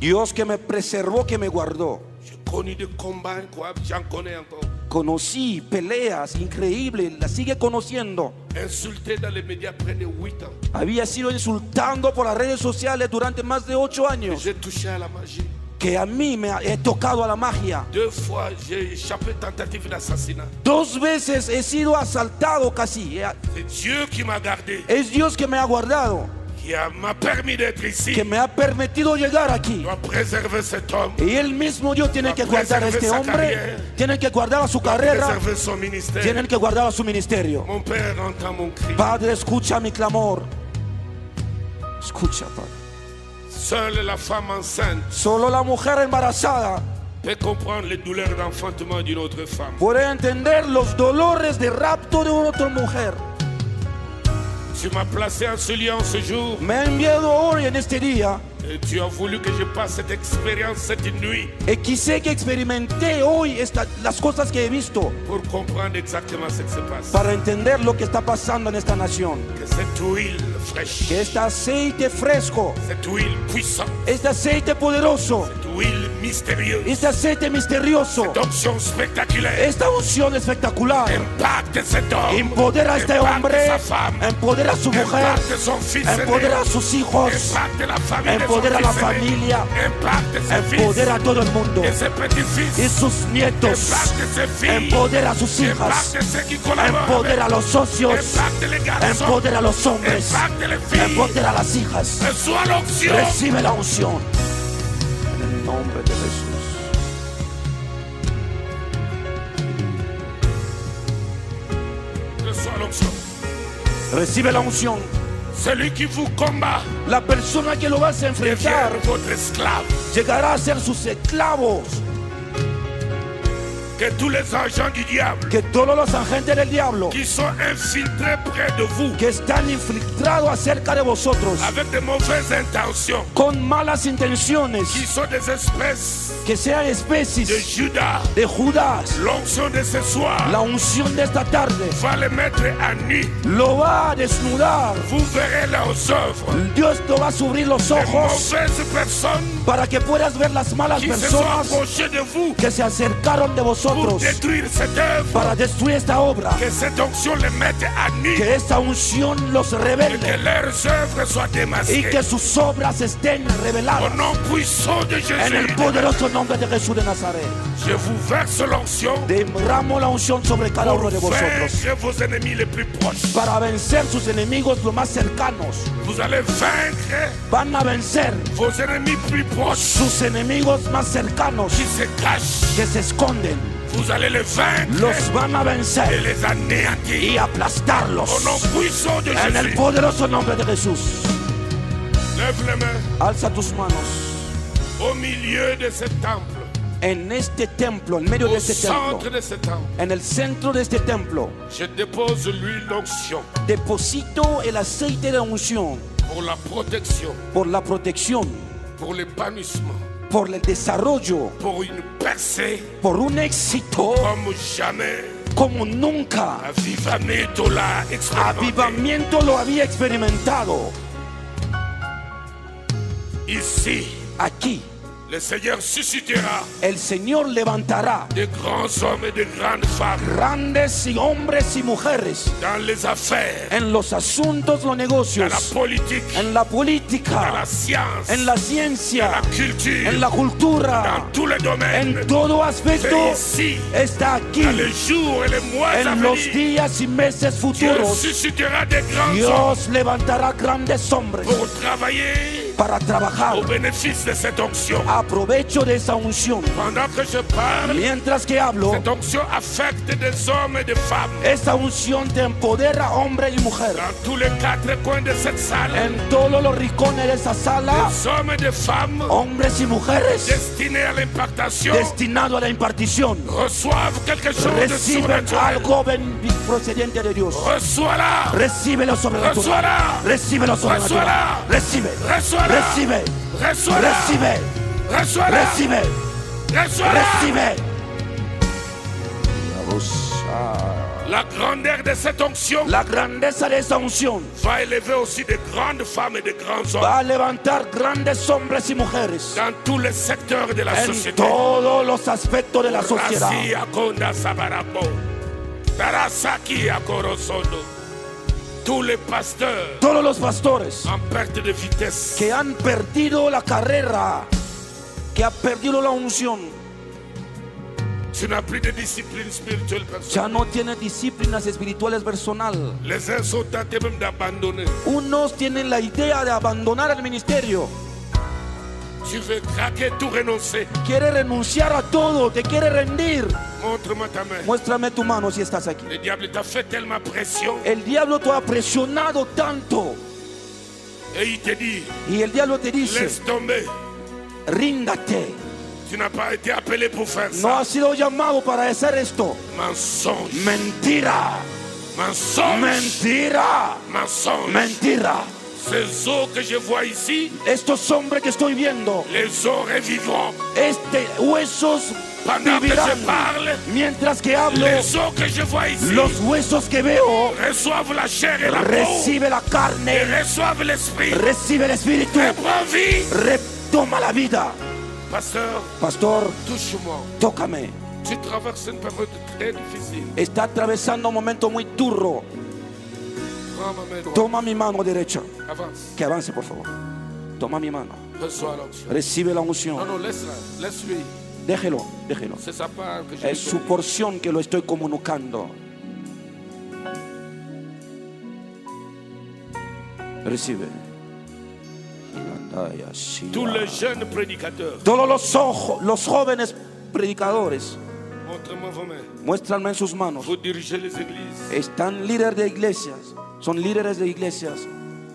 Dios que me preservó, que me guardó. J'ai connu des combats incroyables, j'en connais encore. Conocí peleas increíbles, las sigue conociendo. Insulté dans les médias près de 8 ans. Había sido insultando por las redes sociales durante más de ocho años. J'ai touché à la magie. Que a mí me ha- he tocado a la magia. Deux fois, j'ai échappé tentative d'assassinat. Dos veces he sido asaltado casi. C'est Dieu qui m'a gardé, Es Dios que me ha guardado, qui a- m'a permis d'être ici. que me ha permitido llegar Il aquí. doit préserver cet homme, Y él mismo Dios tiene que guardar a este hombre, tiene que guardar a su carrera, préserver son ministère. tienen que guardar a su ministerio. Mon Père entend mon cri. Padre, escucha mi clamor. Escucha, Padre. Seule la femme enceinte Solo la mujer embarazada peut comprendre les douleurs d'enfantement d'une autre femme. puede entender los dolores de rapto de una otra mujer. Tu m'as placé en ce lieu en ce jour Me ha enviado hoy en este día et tu as voulu que je passe cette expérience cette nuit y quise que experimenté hoy esta- las cosas que he visto pour comprendre exactement ce qui se passe. para entender lo que está pasando en esta nación. Que cette huile fraîche, Que este aceite fresco, cette huile puissante, este aceite poderoso, cette huile mystérieuse, este aceite misterioso, d'onction spectaculaire, esta unción espectacular, impacte cet homme, empodera a este impacte hombre, sa femme, empodera a su mujer, impacte son fils aîné, empodera a sus hijos, impacte la famille, de son empodera la fils aîné, familia, impacte ses empodera a fils todo el mundo et ses petits-fils, y sus nietos, impacte ses filles, empodera a sus hijas, impacte ceux qui collaborent, empodera a los socios, impacte les garçons, empodera a los hombres, impacte les filles, empodera a las hijas. reçois l'onction. Recibe la unción. En el nombre de Jesús. Reçois l'onction. Recibe la unción. Celui qui vous combat La persona que lo vas a devient enfrentar votre esclave. llegará a ser sus esclavos. Que tous les agents du diable Que todos los agentes del diablo qui sont infiltrés près de vous que están infiltrados acerca de vosotros avec de mauvaises intentions, con malas intenciones, qui sont des espèces que sean de especies Judas, de Judas, l'onction de ce soir la unción de esta tarde va les mettre à nu. lo va a desnudar. Vous verrez leurs œuvres. Dios te va a subir los Les ojos mauvaises personnes para que puedas ver las malas qui se sont personas approchées de vous que se acercaron de pour vosotros détruire cette œuvre. para destruir esta obra. Que cette onction les mette à nu. Que esta unción los Et revele que leurs œuvres soient y démasquées. que sus obras estén Au reveladas. nom puissant de En Jésus, el poderoso nombre de Jesús de Nazaret, je vous verse l'onction derramo la unción sobre cada uno de pour vosotros vaincre vos ennemis les plus proches. para vencer sus enemigos los más cercanos. Vous allez vaincre Van a vencer vos ennemis plus proches sus enemigos más cercanos qui se cachent. que se esconden. Vous allez les Los vaincre van a et vencer les anéantir. y Au nom aplastarlos. puissant de En el Jésus, poderoso nombre de Jesús, lève les mains alza tus manos. au milieu de ce temple, En este templo, en medio de au este templo, centre de ce temple. en el centro de este templo, Je dépose lui l'onction deposito el aceite de unción pour la protection, por la protección, pour l'épanouissement, por el desarrollo, pour une percée por un éxito comme jamais como nunca. Avivamento l'a expérimenté. Avivamiento lo había experimentado Ici, aquí. le Seigneur suscitera El Señor levantará de grands hommes et de grandes femmes grandes y hombres y mujeres dans les affaires, en los asuntos, los dans la negocios, politique, en la dans la política, science, en la dans la ciencia, en culture, la cultura, dans tous les domaines. en todo aspecto. Que ici, Está aquí dans les jours et les mois à en los venir, días y meses Dieu futuros. suscitera des grands hommes Dios levantará grandes hombres pour travailler para trabajar. au bénéfice de cette onction. Aprovecho de esa unción. Pendant que je parle, Mientras que hablo, cette onction affecte des hommes et des femmes esa unción te empodera hombre y mujer. dans tous les quatre coins de cette salle. En todos los rincones de esa sala, Des hommes et des femmes hombres y mujeres destinés à l'impartation destinados a la impartición reçoivent quelque chose de reciben surnaturel. algo ben- procedente de Dios. Reçois-la, Recibe lo Resuela. sobrenatural. Recibe lo Resuela. sobrenatural. Recibe. Resuela. Recibe. reçois-la, Recibe. reçois-la, Recibe. reçois-la. Recibe. La grandeur de cette onction La grandeza de esa unción va élever aussi de grandes femmes et de grands hommes va a levantar grandes hombres y mujeres dans tous les secteurs de la en société. todos los aspectos de la sociedad. Rasi Akonda Sabarabo, Tarasaki Akorosono, tous les pasteurs Todos los pastores en perte de vitesse que han perdido la carrera, que han perdido la unción, Tu n'as plus de discipline spirituelle personnelle. ya no tienen disciplinas espirituales personal. Les uns sont tentés même d'abandonner. Unos tienen la idea de abandonar el ministerio. Tu veux craquer, tout renoncer. Quiere renunciar a todo, te quiere rendir. Montre-moi ta main. Muéstrame tu mano si estás aquí. Le diable t'a fait tellement pression El diablo te ha presionado tanto Eh, et il te dit y el diablo te dice, laisse tomber. ríndate. Tu n'as pas été appelé pour faire No ça. has sido llamado para hacer esto. Mensonge, Mentira, mensonge, mentira, mensonge. mentira. Ces eaux que je vois ici, Estos hombres que estoy viendo, les eaux revivront. este huesos Pendant que je vivirán. parle, Mientras que hablo, les eaux que je vois ici los huesos que veo reçoivent la chair et la peau recibe la et carne, reçoivent l'esprit. recibe el espíritu, Reprends vie. retoma la vida. Pasteur, Pastor, touche-moi. tócame. Tu traverses une période très difficile. Está atravesando un momento muy turro. Prends ma main droite. Toma mi mano derecha. Avance. Que avance, por favor. Toma mi mano. Reçois l'onction. Recibe la Non, unción. non, laisse-la. Laisse-lui. Déjelo, déjelo. C'est sa part que je Es su porción que lo estoy comunicando. Recibe. Tous les jeunes prédicateurs, Todos los ojos, los jóvenes predicadores, montrez-moi vos mains. muéstranme en sus manos. Vous dirigez les églises. Están líderes de iglesias, son líderes de iglesias.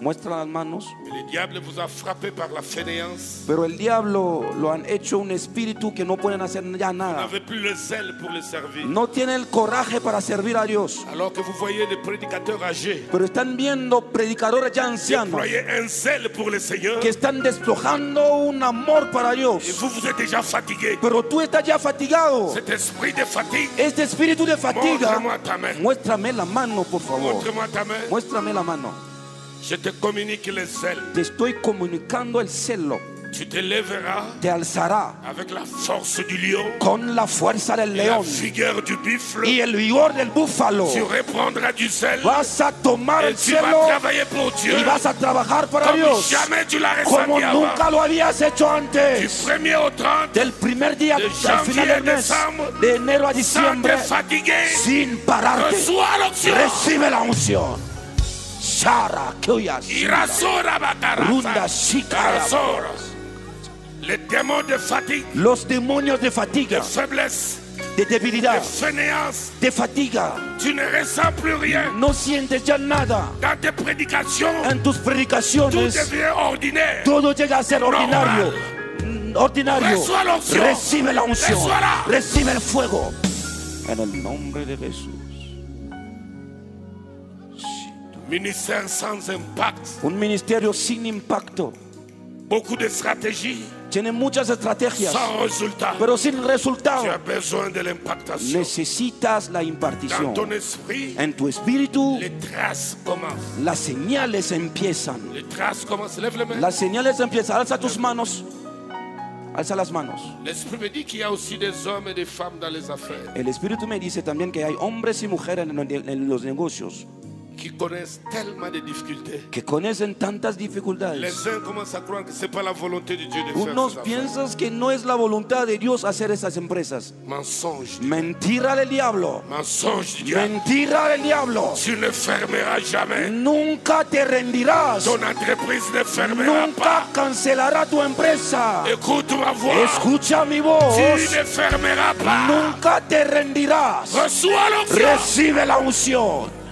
Muestran las manos. Mais le diable vous a frappé par la fainéance. Pero el diablo lo han hecho un espíritu que no pueden hacer ya Vous nada. n'avez plus le zèle pour le servir. No tiene el coraje para servir a Dios. Alors que vous voyez les prédicateurs âgés Pero están viendo predicadores ya ancianos déployer un zèle pour le Seigneur. que están despojando un amor para Et Dios. vous, vous êtes déjà fatigué. Pero tú estás ya fatigado. Cet esprit de fatigue, Este espíritu de fatiga. Muéstrame ta mano. Muéstrame la mano, por Oh. favor. montre-moi ta main. Muéstrame la mano. Je te communique le zèle. Te estoy comunicando el celo. Tu te lèveras Te alzará avec la force du lion, con la fuerza del et la león figure du buffle. y el vigor del búfalo. Tu reprendras du zèle. Vas a tomar Et el tu vas celo travailler pour Dieu. y vas a trabajar para Comme Dios jamais tu l'as como ressenti avant. nunca lo habías hecho Du antes. 1er au 30, Del primer día De al final janvier a del mes, diciembre, de enero a sans diciembre, te fatiguer, sin pararte, reçois l'onction. recibe la unción. Shara, Kuyas, Irasora bakarasa. Runda shikara. Irasora. Les démons de fatigue, Los demonios de de fatiga, faiblesse, de de debilidad, fainéance, de fatiga, tu ne ressens plus rien. no sientes ya nada Dans tes prédications, en tus tout predicaciones. devient ordinaire. Todo llega a ser ordinario. Mm, Ordinario. Resuelve la unción. Recibe la unción. Resuelva. Recibe el fuego. En el nombre de Jesús. Ministère sans impact, Un ministerio sin impacto. beaucoup de stratégies Tiene muchas estrategias, sans résultat. pero sin Tu as resultado. besoin de l'impactation. Necesitas la Dans impartición. ton esprit, En tu espíritu, les traces commencent. las señales empiezan. Les traces commencent. Lève les mains. Las señales empiezan. Alza tus manos. Alza las manos. L'esprit me dit qu'il y a aussi des hommes et des femmes dans les affaires. El espíritu me dice también que hay hombres y mujeres en en los negocios. qui connaissent tellement de difficultés. que conocen tantas dificultades. Les uns commencent à croire que ce n'est pas la volonté de Dieu de faire Unos ces affaires. piensan que no es la voluntad de Dios hacer esas empresas. Mensonge. Mentira del diablo. Mensonge du diable. Mentira del diablo. Tu ne fermeras jamais. Nunca te rendirás. Ton entreprise ne fermera Nunca pas. cancelará tu empresa. Écoute ma voix. Escucha mi Tu voz. ne fermeras pas. Nunca te rendirás. Reçois l'onction. Recibe la unción.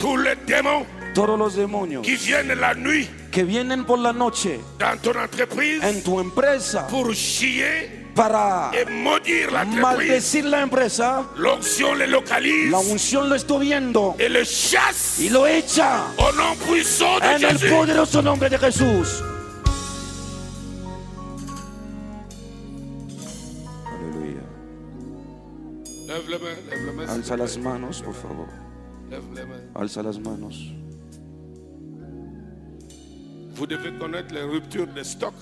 Tous les démons Todos los demonios qui viennent la nuit que vienen por la noche dans ton entreprise en tu empresa pour chier para et maudire l'entreprise. maldecir la empresa, L'onction les localise la unción lo estoy viendo et les chasse y lo echa au nom puissant de en el Jésus. poderoso nombre de Jesús. Aleluya. Lève les mains, lève les mains. s'il Alza te las plaît. manos, por favor. Lève les mains. Alza las manos. Vous devez connaître les ruptures de stock.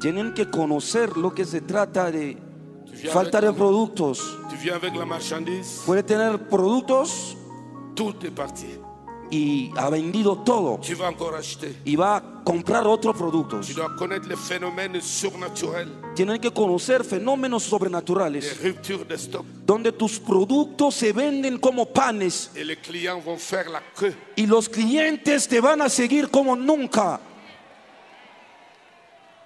Tienen que conocer lo que se trata de viens falta de avec- productos. Tu viens avec la marchandise, Puede tener productos tout est parti. y ha vendido todo Tu vas encore acheter. y va a comprar otros Tu productos. dois connaître les phénomènes surnaturels, Tienen que conocer fenómenos les sobrenaturales ruptures de stock. donde tus productos se venden como panes Et les clients vont faire la queue. y los clientes te van a seguir como nunca.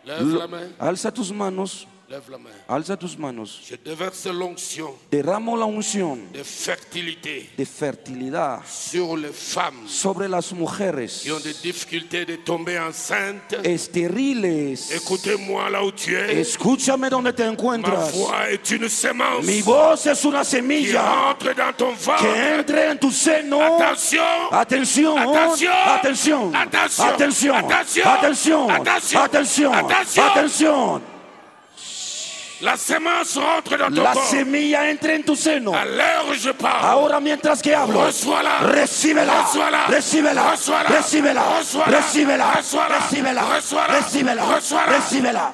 Lève la main, Alza tus manos, lève la main. alza tus manos. Je déverse l'onction Derramo la unción de fertilité de fertilidad sur les femmes sobre las mujeres qui ont des difficultés de tomber enceinte. estériles. Écoutez-moi là où tu es. Escúchame donde te Ma encuentras. voix est une semence Mi voz es una qui semilla entre dans ton que ventre. entre en tu seno. Attention, Atención, Atención. Atención. atención, atención, Atención. Atención. atención, atención, Atención. atención. la semence rentre dans ton La corps. semilla entra en tu seno. À l'heure où je parle, Ahora mientras que hablo, Reçois-la. recíbela, Reçois-la. recíbela, Reçois-la. recíbela, Reçois-la. recíbela, Reçois-la. recíbela, Reçois-la. recíbela, Reçois-la. recíbela.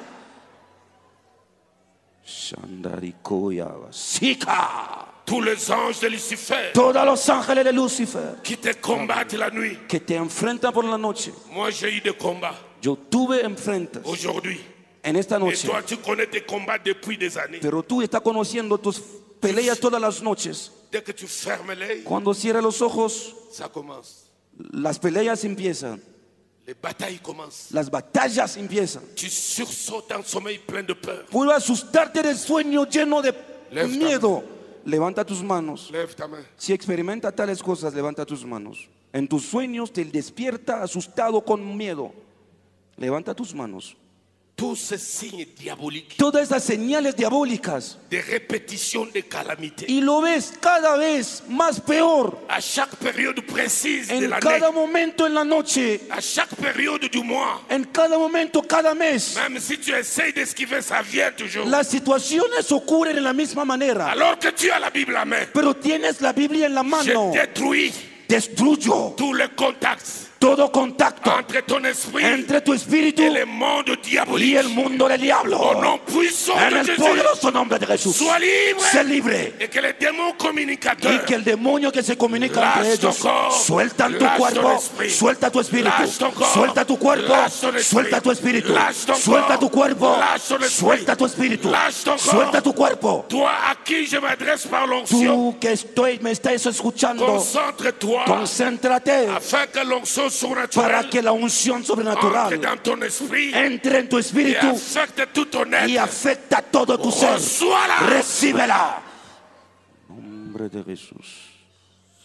Shandarikoya, Sika. tous les anges de Lucifer Todos los ángeles de Lucifer qui te combattent la nuit. que te enfrentan por la noche. Moi, j'ai eu des combats Yo tuve enfrentas aujourd'hui. en esta Et noche. toi, tu connais tes combats depuis des années. Pero tú estás conociendo tus peleas todas las noches. Dès que tu fermes l'œil, Cuando cierras los ojos, ça commence. las peleas empiezan, Les batailles commencent. las batallas empiezan. Tu sursautes en sommeil plein de peur. Puedo asustarte del sueño lleno de Levanta. miedo. Levanta tus manos. Lève ta main. Si experimenta tales cosas, levanta tus manos. En tus sueños te despierta asustado con miedo. Levanta tus manos. Tous ces signes diaboliques, Todas esas señales diabólicas. des répétitions des calamités. Y lo ves cada vez más peor. À chaque période précise de En l'année, cada momento en la noche. à chaque période du mois, En cada momento, cada mes. même si tu essayes d'esquiver, ça vient toujours. Las situaciones ocurren de la misma manera. Alors que tu as la Bible à main, Pero tienes la Biblia en la mano. je détruis Destruyo tous les contacts todo contacto. entre ton esprit entre tu espíritu et le monde diabolique. y el mundo del Au diablo. nom puissant En de el Jésus, poderoso nombre de Jesús. sois libre Sé libre. et que les démons Y communicateurs que el demonio que se comunica entre Lash tu ellos corps, sueltan tu lash ton cuerpo, esprit, suelta tu espíritu, lash ton corps, suelta tu cuerpo, lash ton esprit, suelta tu espíritu, lash ton suelta corps, tu cuerpo, lash ton esprit, suelta tu espíritu, lash ton corps. suelta tu cuerpo. Toi à qui je m'adresse par l'onction, Tú que estoy, me estás escuchando, concentre-toi concéntrate afin que l'onction para surnaturelle que la unción entre sobrenatural dans ton esprit entre en tu et espíritu affecte tout ton y être. afecta todo tu ser. Reçois-la. Recíbela. Nombre de Jesús.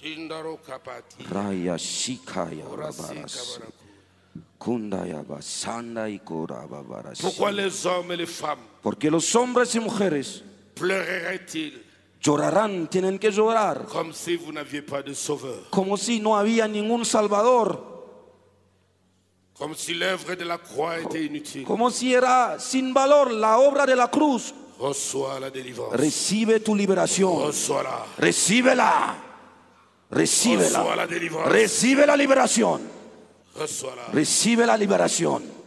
Shindaro kapati, Raya Shikaya orasi Babarasi. kabaraku. Kundaya Basanda y Korababarasi. Pourquoi les hommes et les femmes Porque los hombres y mujeres pleureraient-ils llorarán, tienen que llorar. comme si vous n'aviez pas de sauveur Como si no había ningún salvador. Comme si l'œuvre de la croix était inutile. Como si era sin valor la obra de la cruz. Reçois la délivrance. Recibe tu liberación. Reçois la. Recíbela. Reçois Recíbela. la délivrance. Recibe la liberación. Reçois la. Recibe la liberación.